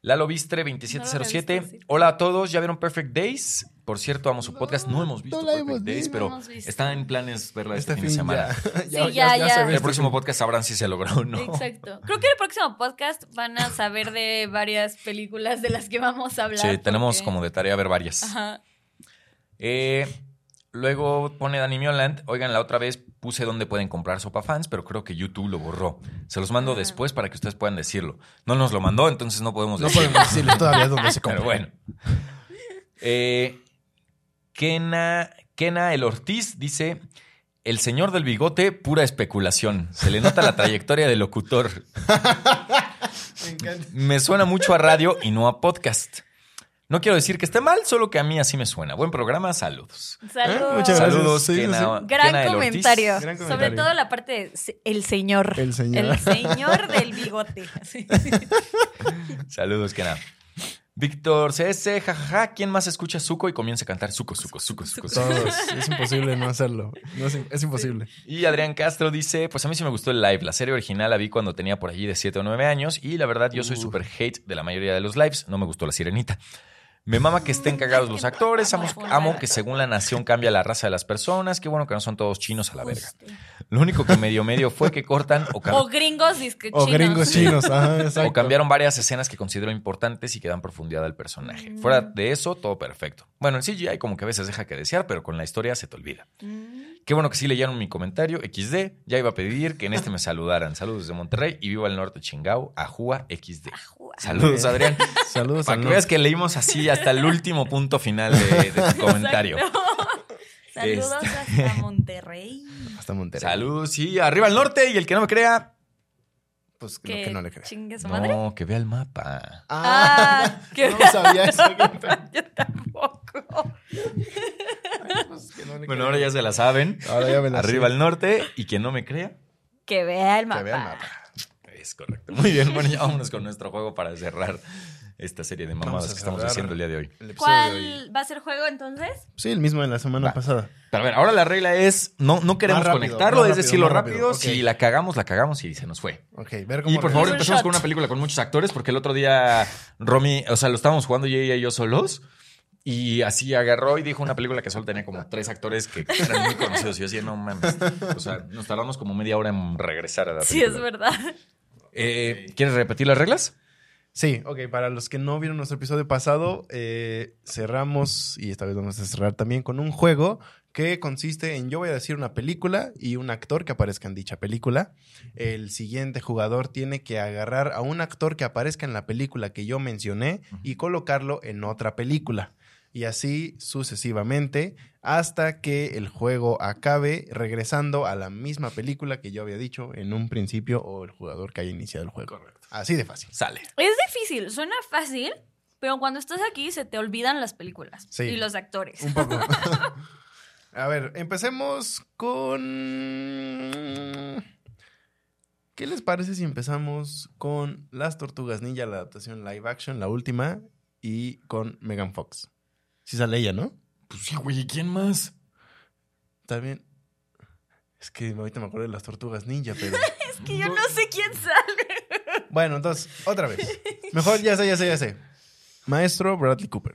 Speaker 1: Lalo Bistre
Speaker 4: No lo había visto,
Speaker 1: 2707.
Speaker 4: sí.
Speaker 1: Hola a todos, ¿ya vieron Perfect Days? Por cierto, amo su podcast. No hemos visto
Speaker 2: no la
Speaker 1: Perfect
Speaker 2: hemos
Speaker 1: Days,
Speaker 2: visto.
Speaker 1: pero
Speaker 4: No hemos visto.
Speaker 1: está en planes verla este,
Speaker 2: Este
Speaker 1: fin de semana.
Speaker 4: Sí, ya, ya.
Speaker 2: se ve
Speaker 1: El
Speaker 2: este
Speaker 1: próximo
Speaker 2: fin.
Speaker 1: podcast sabrán si se logró o no.
Speaker 4: Mm, Exacto. Creo que en el próximo podcast van a saber de varias películas de las que vamos a hablar.
Speaker 1: Sí, tenemos
Speaker 4: porque-
Speaker 1: como de tarea ver varias.
Speaker 4: Ajá.
Speaker 1: Eh, luego pone Dani Mioland. Oigan, la otra vez puse dónde pueden comprar Sopa Fans, pero creo que YouTube lo borró. Se los mando
Speaker 4: Ah.
Speaker 1: después para que ustedes puedan decirlo. No nos lo mandó, entonces no podemos
Speaker 2: No
Speaker 1: decirlo.
Speaker 2: podemos decirle todavía dónde se compra.
Speaker 1: Pero bueno. Eh, Kena, Kena el Ortiz dice: El señor del bigote, pura especulación. Se le nota la trayectoria del locutor.
Speaker 2: Me encanta.
Speaker 1: Me suena mucho a radio y no a podcast. No quiero decir que esté mal, solo que a mí así me suena. Buen programa, saludos.
Speaker 4: Saludos.
Speaker 2: muchas gracias.
Speaker 1: Saludos,
Speaker 2: Sí,
Speaker 1: Kena-
Speaker 2: sí.
Speaker 1: Kena
Speaker 4: Gran
Speaker 1: del Ortiz.
Speaker 4: comentario.
Speaker 2: Gran
Speaker 4: Sobre
Speaker 2: comentario.
Speaker 4: todo la parte de se- el señor.
Speaker 2: El señor.
Speaker 4: El señor del bigote. Sí.
Speaker 1: Saludos, Kena. Víctor CS, jajaja, ¿quién más escucha Zuko y comienza a cantar Zuko, Zuko, Zuko, Zuko? Zuko?
Speaker 2: Todos. Es imposible no hacerlo. No es, es imposible.
Speaker 1: Y Adrián Castro dice, pues a mí sí me gustó el live. La serie original la vi cuando tenía por allí de 7 o 9 años y la verdad yo soy
Speaker 2: Uf.
Speaker 1: súper hate de la mayoría de los lives. No me gustó la sirenita. Me mama que estén cagados los actores. Amo, amo que según la nación cambia la raza de las personas. Qué bueno que no son todos chinos a la verga.
Speaker 4: Justo.
Speaker 1: Lo único que medio medio fue que cortan o, cam-
Speaker 4: O gringos disque
Speaker 2: O gringos chinos. Ajá, exacto.
Speaker 1: o cambiaron varias escenas que considero importantes y que dan profundidad al personaje. Fuera de eso, todo perfecto. Bueno, el CGI como que a veces deja que desear, pero con la historia se te olvida.
Speaker 4: Mm.
Speaker 1: Qué bueno que sí leyeron mi comentario. XD, ya iba a pedir que en este me saludaran. Saludos desde Monterrey y viva el norte chingao, Ajúa XD. Saludos, Adrián.
Speaker 2: Ah, Saludos
Speaker 1: Para
Speaker 2: al
Speaker 1: que
Speaker 2: norte.
Speaker 1: veas que leímos así hasta el último punto final de, de tu comentario.
Speaker 4: Exacto. Saludos hasta Monterrey.
Speaker 2: Hasta Monterrey.
Speaker 1: Saludos y arriba el norte y el que no me crea.
Speaker 2: Pues no,
Speaker 4: Que,
Speaker 2: que no le crees.
Speaker 4: chingue su madre.
Speaker 1: No, que vea el mapa.
Speaker 4: Ah, que-
Speaker 2: no sabía eso.
Speaker 4: Yo tampoco.
Speaker 2: Pues que no le
Speaker 1: Bueno,
Speaker 2: creo.
Speaker 1: ahora ya se la saben.
Speaker 2: Ahora ya me la
Speaker 1: Arriba
Speaker 2: sé.
Speaker 1: el norte y quien no me crea.
Speaker 4: Que vea el
Speaker 2: Que vea el
Speaker 4: mapa.
Speaker 2: mapa.
Speaker 1: Es correcto. Muy bien, bueno, ya vámonos con nuestro juego para cerrar esta serie de mamadas
Speaker 2: a
Speaker 1: que estamos
Speaker 2: cerrar.
Speaker 1: haciendo el día de hoy.
Speaker 2: El episodio de hoy.
Speaker 4: ¿Cuál va a ser juego entonces?
Speaker 2: Sí, el mismo de la semana
Speaker 1: Va.
Speaker 2: pasada.
Speaker 1: Pero a ver, ahora la regla es no, no queremos
Speaker 2: Más rápido,
Speaker 1: conectarlo,
Speaker 2: más
Speaker 1: es
Speaker 2: rápido,
Speaker 1: decirlo
Speaker 2: más
Speaker 1: rápido.
Speaker 2: rápido, ok.
Speaker 1: Si la cagamos, la cagamos y se nos fue.
Speaker 2: Ok, ver cómo.
Speaker 1: Y por favor
Speaker 4: regresas?
Speaker 1: empezamos
Speaker 4: Un
Speaker 1: con
Speaker 4: shot.
Speaker 1: una película con muchos actores porque el otro día Romy, o sea, lo estábamos jugando yo y yo solos. Y así agarró y dijo una película que solo tenía como tres actores que eran muy conocidos. Y yo decía, no mames. O sea, nos tardamos como media hora en regresar a la
Speaker 4: Sí, es
Speaker 1: película.
Speaker 4: verdad.
Speaker 1: Eh, ¿Quieres repetir las reglas?
Speaker 2: Sí, ok, para los que no vieron nuestro episodio pasado, eh, cerramos, y esta vez vamos a cerrar también con un juego que consiste en yo voy a decir una película y un actor que aparezca en dicha película. El siguiente jugador tiene que agarrar a un actor que aparezca en la película que yo mencioné y colocarlo en otra película. Y así sucesivamente hasta que el juego acabe regresando a la misma película que yo había dicho en un principio o el jugador que haya iniciado el juego. Así de fácil.
Speaker 1: Sale.
Speaker 4: Es difícil, suena fácil, pero cuando estás aquí se te olvidan las películas
Speaker 2: Sí.
Speaker 4: y los actores.
Speaker 2: Un poco. A ver, empecemos con. ¿Qué les parece si empezamos con Las Tortugas Ninja, la adaptación live action, la última, y con Megan Fox? Sí sale ella, ¿no?
Speaker 1: Pues sí, güey, ¿y quién más?
Speaker 2: También. Es que ahorita me acuerdo de las Tortugas Ninja, pero.
Speaker 4: Es que yo no sé quién sale.
Speaker 2: Bueno, entonces, otra vez. Mejor ya sé, ya sé, ya sé. Maestro Bradley Cooper.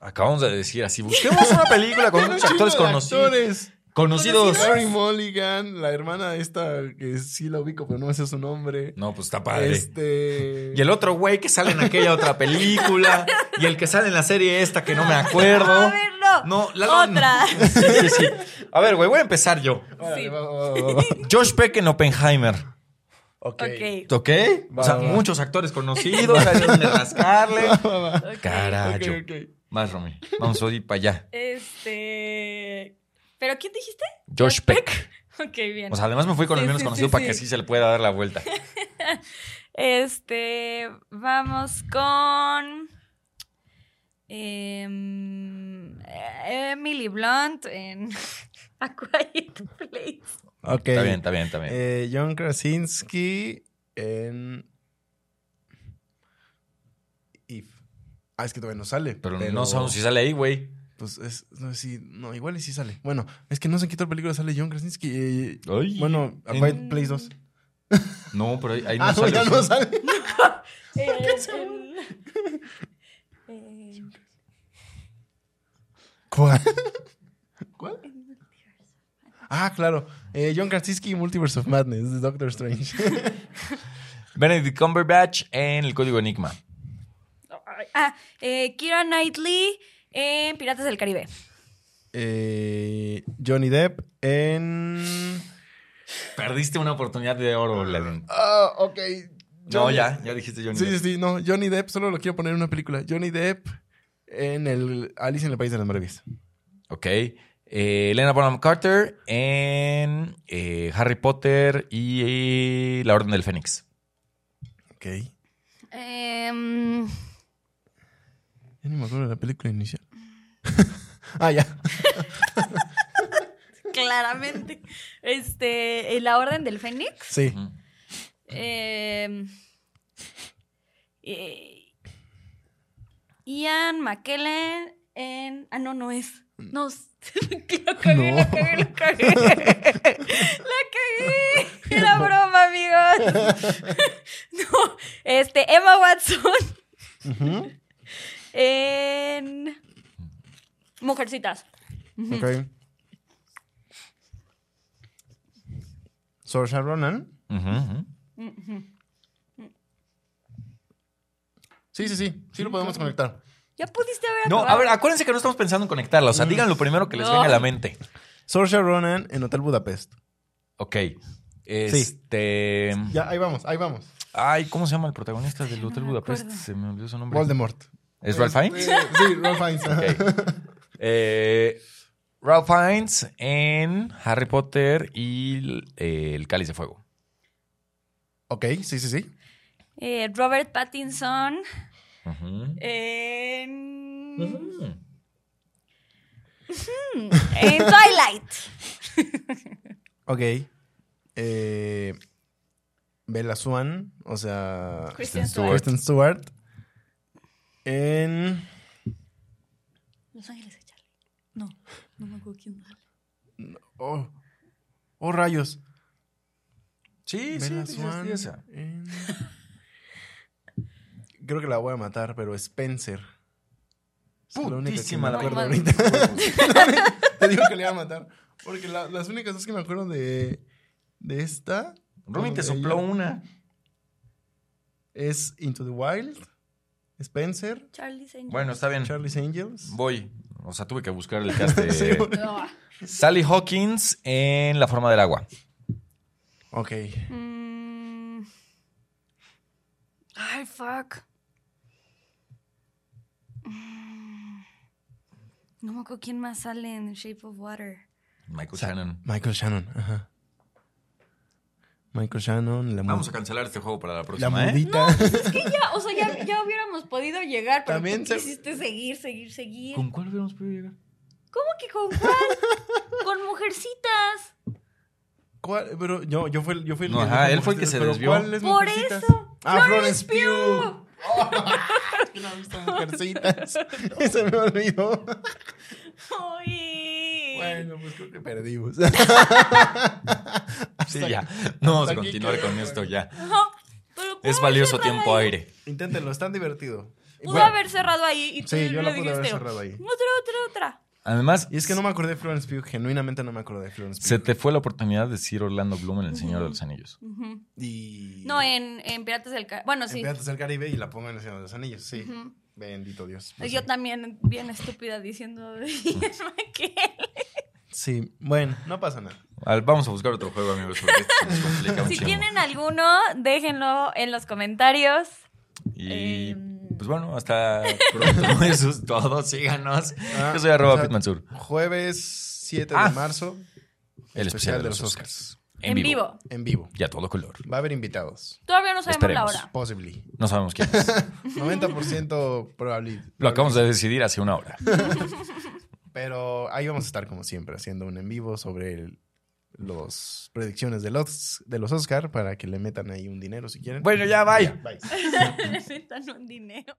Speaker 1: Acabamos de decir así. Busquemos una película con muchos actores conocidos. Conocidos.
Speaker 2: Larry Mulligan, la hermana esta que sí la ubico, pero no me sé su nombre.
Speaker 1: No, pues está padre.
Speaker 2: Este.
Speaker 1: Y el otro güey que sale en aquella otra película. Y el que sale en la serie esta que no me
Speaker 4: A
Speaker 1: acuerdo.
Speaker 4: ver, no.
Speaker 1: No, la
Speaker 4: Otra.
Speaker 1: Sí, sí, sí. A ver, güey, voy a empezar yo.
Speaker 2: Órale,
Speaker 4: Sí.
Speaker 2: va, va, va, va.
Speaker 1: Josh Peck en Oppenheimer.
Speaker 2: Ok.
Speaker 4: Ok,
Speaker 1: ¿Ok?
Speaker 2: Va,
Speaker 1: o sea,
Speaker 2: va.
Speaker 1: muchos actores conocidos. hay donde rascarle.
Speaker 4: ok.
Speaker 1: Carajo.
Speaker 2: Ok, ok.
Speaker 1: Más, Romy. Vamos hoy para allá.
Speaker 4: Este. ¿Pero quién dijiste?
Speaker 1: Josh Peck.
Speaker 4: Ok, bien.
Speaker 1: O sea, además me fui con el
Speaker 4: Sí,
Speaker 1: menos
Speaker 4: sí,
Speaker 1: conocido
Speaker 4: sí,
Speaker 1: para
Speaker 4: sí.
Speaker 1: que así se le pueda dar la vuelta.
Speaker 4: Este, vamos con em, Emily Blunt en A Quiet Place.
Speaker 2: Ok.
Speaker 1: Está bien, está bien, está bien.
Speaker 2: Eh, John Krasinski en. If. Ah, es que todavía no sale.
Speaker 1: Pero, no sabemos si sale ahí, güey.
Speaker 2: Pues es. No, sí, no, igual y sí sale. Bueno, es que no sé en qué otra película sale John Krasinski. eh,
Speaker 1: Ay.
Speaker 2: bueno, A
Speaker 1: En-
Speaker 2: Quiet Place 2.
Speaker 1: No, pero ahí, ahí no
Speaker 2: Ah, no,
Speaker 1: sale.
Speaker 2: ya no sale.
Speaker 4: En- eh, en-
Speaker 2: ¿Cuál? ¿Cuál? Ah, claro. Eh, John Krasinski, Multiverse of Madness, de Doctor Strange.
Speaker 1: Benedict Cumberbatch en El Código Enigma.
Speaker 4: ah, eh, Keira Knightley en Piratas del Caribe.
Speaker 2: Eh, Johnny Depp en.
Speaker 1: Perdiste una oportunidad de oro, Ladin.
Speaker 2: Ah, ok.
Speaker 1: No,
Speaker 2: Johnny-
Speaker 1: ya, ya dijiste Johnny.
Speaker 2: Sí, sí,
Speaker 1: Depp.
Speaker 2: sí, no. Johnny Depp, solo lo quiero poner en una película. Johnny Depp en el Alice en el País de las Maravillas.
Speaker 1: Ok. Eh, Eh, Elena Bonham Carter en eh, Harry Potter y, y eh, La Orden del Fénix.
Speaker 2: Ok.
Speaker 4: Em,
Speaker 2: Ya ni me acuerdo de la película inicial. ah, ya.
Speaker 4: claramente. Este, eh, La Orden del Fénix.
Speaker 2: Sí.
Speaker 1: Ujú.
Speaker 4: Em, eh, Ian McKellen en. Ah, no, no es. No. s- lo cagué, la
Speaker 2: No.
Speaker 4: cagué, la cagué. La cagué. Era broma, amigos. No. Este, Emma Watson
Speaker 2: Ujú.
Speaker 4: en. Mujercitas.
Speaker 2: Ok. Saoirse Ronan.
Speaker 1: Ujú, ujú.
Speaker 4: Ujú.
Speaker 2: Sí, sí, sí. Sí lo podemos conectar.
Speaker 4: Ya pudiste haber
Speaker 1: No, a
Speaker 4: acabado.
Speaker 1: ver, acuérdense que no estamos pensando en conectarla. O
Speaker 2: Mm.
Speaker 1: sea, digan lo primero que les
Speaker 4: No.
Speaker 1: venga a la mente.
Speaker 2: Saoirse Ronan en Hotel Budapest.
Speaker 1: Ok. Este.
Speaker 2: Ya, ahí vamos, ahí vamos.
Speaker 1: Ay, ¿cómo se llama el protagonista del
Speaker 4: no
Speaker 1: Hotel
Speaker 4: me
Speaker 1: Budapest?
Speaker 4: acuerdo.
Speaker 1: Se me olvidó su nombre.
Speaker 2: Voldemort.
Speaker 1: ¿Es Ralph Fiennes?
Speaker 2: Este, sí, Ralph Fiennes. ajá.
Speaker 1: Ok. Eh, Ralph Fiennes en Harry Potter y el, eh, el Cáliz de Fuego.
Speaker 2: Ok, sí, sí, sí.
Speaker 4: Eh, Robert Pattinson
Speaker 1: Ujú.
Speaker 4: en.
Speaker 1: Ujú.
Speaker 4: En Twilight.
Speaker 2: Ok. Eh, Bella Swan, o sea,
Speaker 4: Kristen
Speaker 1: Stewart.
Speaker 4: Stewart.
Speaker 2: Kristen Stewart. En.
Speaker 4: Los Ángeles de Charlie. No, no me acuerdo quién sale.
Speaker 2: Oh, oh rayos.
Speaker 1: Sí, sí,
Speaker 2: Bella
Speaker 1: sí, sí,
Speaker 2: Swan
Speaker 1: sí, esa.
Speaker 2: en- Creo que la voy a matar, pero Spencer. Es la única que
Speaker 1: Putísima
Speaker 2: me
Speaker 1: la
Speaker 2: acuerdo
Speaker 4: madre.
Speaker 2: ahorita. Te digo que le iba a matar. Porque la- las únicas dos que me acuerdo de, de esta
Speaker 1: Rumi te
Speaker 2: Ella.
Speaker 1: sopló una.
Speaker 2: es Into the Wild, Spencer,
Speaker 4: Charlie Angels.
Speaker 1: Bueno, está bien.
Speaker 2: Charlie's Angels.
Speaker 1: Voy. O sea, tuve que buscar el cast de-
Speaker 2: Sí, bueno.
Speaker 4: No.
Speaker 1: Sally Hawkins en La forma del agua.
Speaker 2: Ok.
Speaker 4: Mm. Ay, fuck. Mm. No me acuerdo quién más sale en Shape of Water.
Speaker 1: Michael
Speaker 2: Sa-
Speaker 1: Shannon.
Speaker 2: Michael Shannon, ajá. Michael Shannon, la, mu-
Speaker 1: Vamos a cancelar este juego para la
Speaker 2: la
Speaker 1: próxima, ¿eh?
Speaker 2: mudita.
Speaker 4: Pues Es que ya, o sea, ya, ya hubiéramos podido llegar, pero
Speaker 2: También
Speaker 4: tú
Speaker 2: se-
Speaker 4: quisiste seguir, seguir, seguir.
Speaker 1: ¿Con cuál hubiéramos podido llegar?
Speaker 4: ¿Cómo que con cuál? con mujercitas.
Speaker 2: ¿Cuál? Pero yo, yo fui, el- yo fui el
Speaker 1: No,
Speaker 2: que
Speaker 1: ajá,
Speaker 2: dijo
Speaker 1: él fue el que se
Speaker 2: Mujercitas, pero
Speaker 1: desvió.
Speaker 2: ¿cuál es
Speaker 4: Por
Speaker 2: Mujercitas?
Speaker 4: eso.
Speaker 2: Ah,
Speaker 4: Florence
Speaker 2: Florence
Speaker 4: Pugh.
Speaker 2: Pugh. Que no he visto Mujercitas. Se me olvidó.
Speaker 4: Ay.
Speaker 2: Bueno, pues creo que perdimos.
Speaker 1: Sí, ya. No vamos a
Speaker 2: aquí
Speaker 1: continuar
Speaker 2: quedó,
Speaker 1: con
Speaker 2: güey.
Speaker 1: esto ya.
Speaker 4: Ajá. Pero pudo
Speaker 1: Es
Speaker 4: haber
Speaker 1: valioso
Speaker 4: cerrado
Speaker 1: tiempo
Speaker 4: ahí.
Speaker 1: aire.
Speaker 2: Inténtenlo, es tan divertido.
Speaker 4: Pudo
Speaker 2: Bueno,
Speaker 4: haber cerrado ahí y tú
Speaker 2: Sí, yo
Speaker 4: le
Speaker 2: la pude haber
Speaker 4: dijiste,
Speaker 2: cerrado ahí.
Speaker 4: Otra, otra, otra.
Speaker 1: Además,
Speaker 2: Y es que no me acordé de Florence Pugh, genuinamente no me acordé de Florence Pugh.
Speaker 1: se te fue la oportunidad de decir Orlando Bloom en El Señor
Speaker 4: Ujú.
Speaker 1: de los Anillos.
Speaker 4: Ujú.
Speaker 2: Y...
Speaker 4: No, en, en Piratas del Caribe. Bueno, sí.
Speaker 2: Piratas del Caribe y la pongo en el Señor de los Anillos, sí.
Speaker 4: Ujú. Pues
Speaker 2: Bendito Dios.
Speaker 4: Yo también, bien estúpida, diciendo que
Speaker 2: Sí, bueno, no pasa nada.
Speaker 1: Al- Vamos a buscar otro juego, amigos, porque esto se nos complica un
Speaker 4: Si
Speaker 1: chingo.
Speaker 4: tienen alguno, déjenlo en los comentarios.
Speaker 1: Y
Speaker 4: Em.
Speaker 1: pues bueno, hasta pronto. Eso es todo. Síganos.
Speaker 2: Ah,
Speaker 1: Yo soy arroba
Speaker 2: o sea,
Speaker 1: Pitmansur.
Speaker 2: Jueves 7
Speaker 1: Ah.
Speaker 2: de marzo,
Speaker 1: El especial de los
Speaker 2: Oscars.
Speaker 1: Oscars.
Speaker 4: En, vivo.
Speaker 2: en vivo.
Speaker 1: Y a todo color.
Speaker 2: Va a haber invitados.
Speaker 4: Todavía no sabemos
Speaker 1: Esperemos.
Speaker 4: la hora.
Speaker 2: Possibly.
Speaker 1: No sabemos quién es.
Speaker 2: 90% probabilidad.
Speaker 1: Lo acabamos de decidir hace una hora.
Speaker 2: Pero ahí vamos a estar como siempre haciendo un en vivo sobre el- los predicciones de los, de los Oscar para que le metan ahí un dinero si quieren.
Speaker 1: Bueno, ya, bye.
Speaker 2: Bye.
Speaker 4: Me metan un dinero.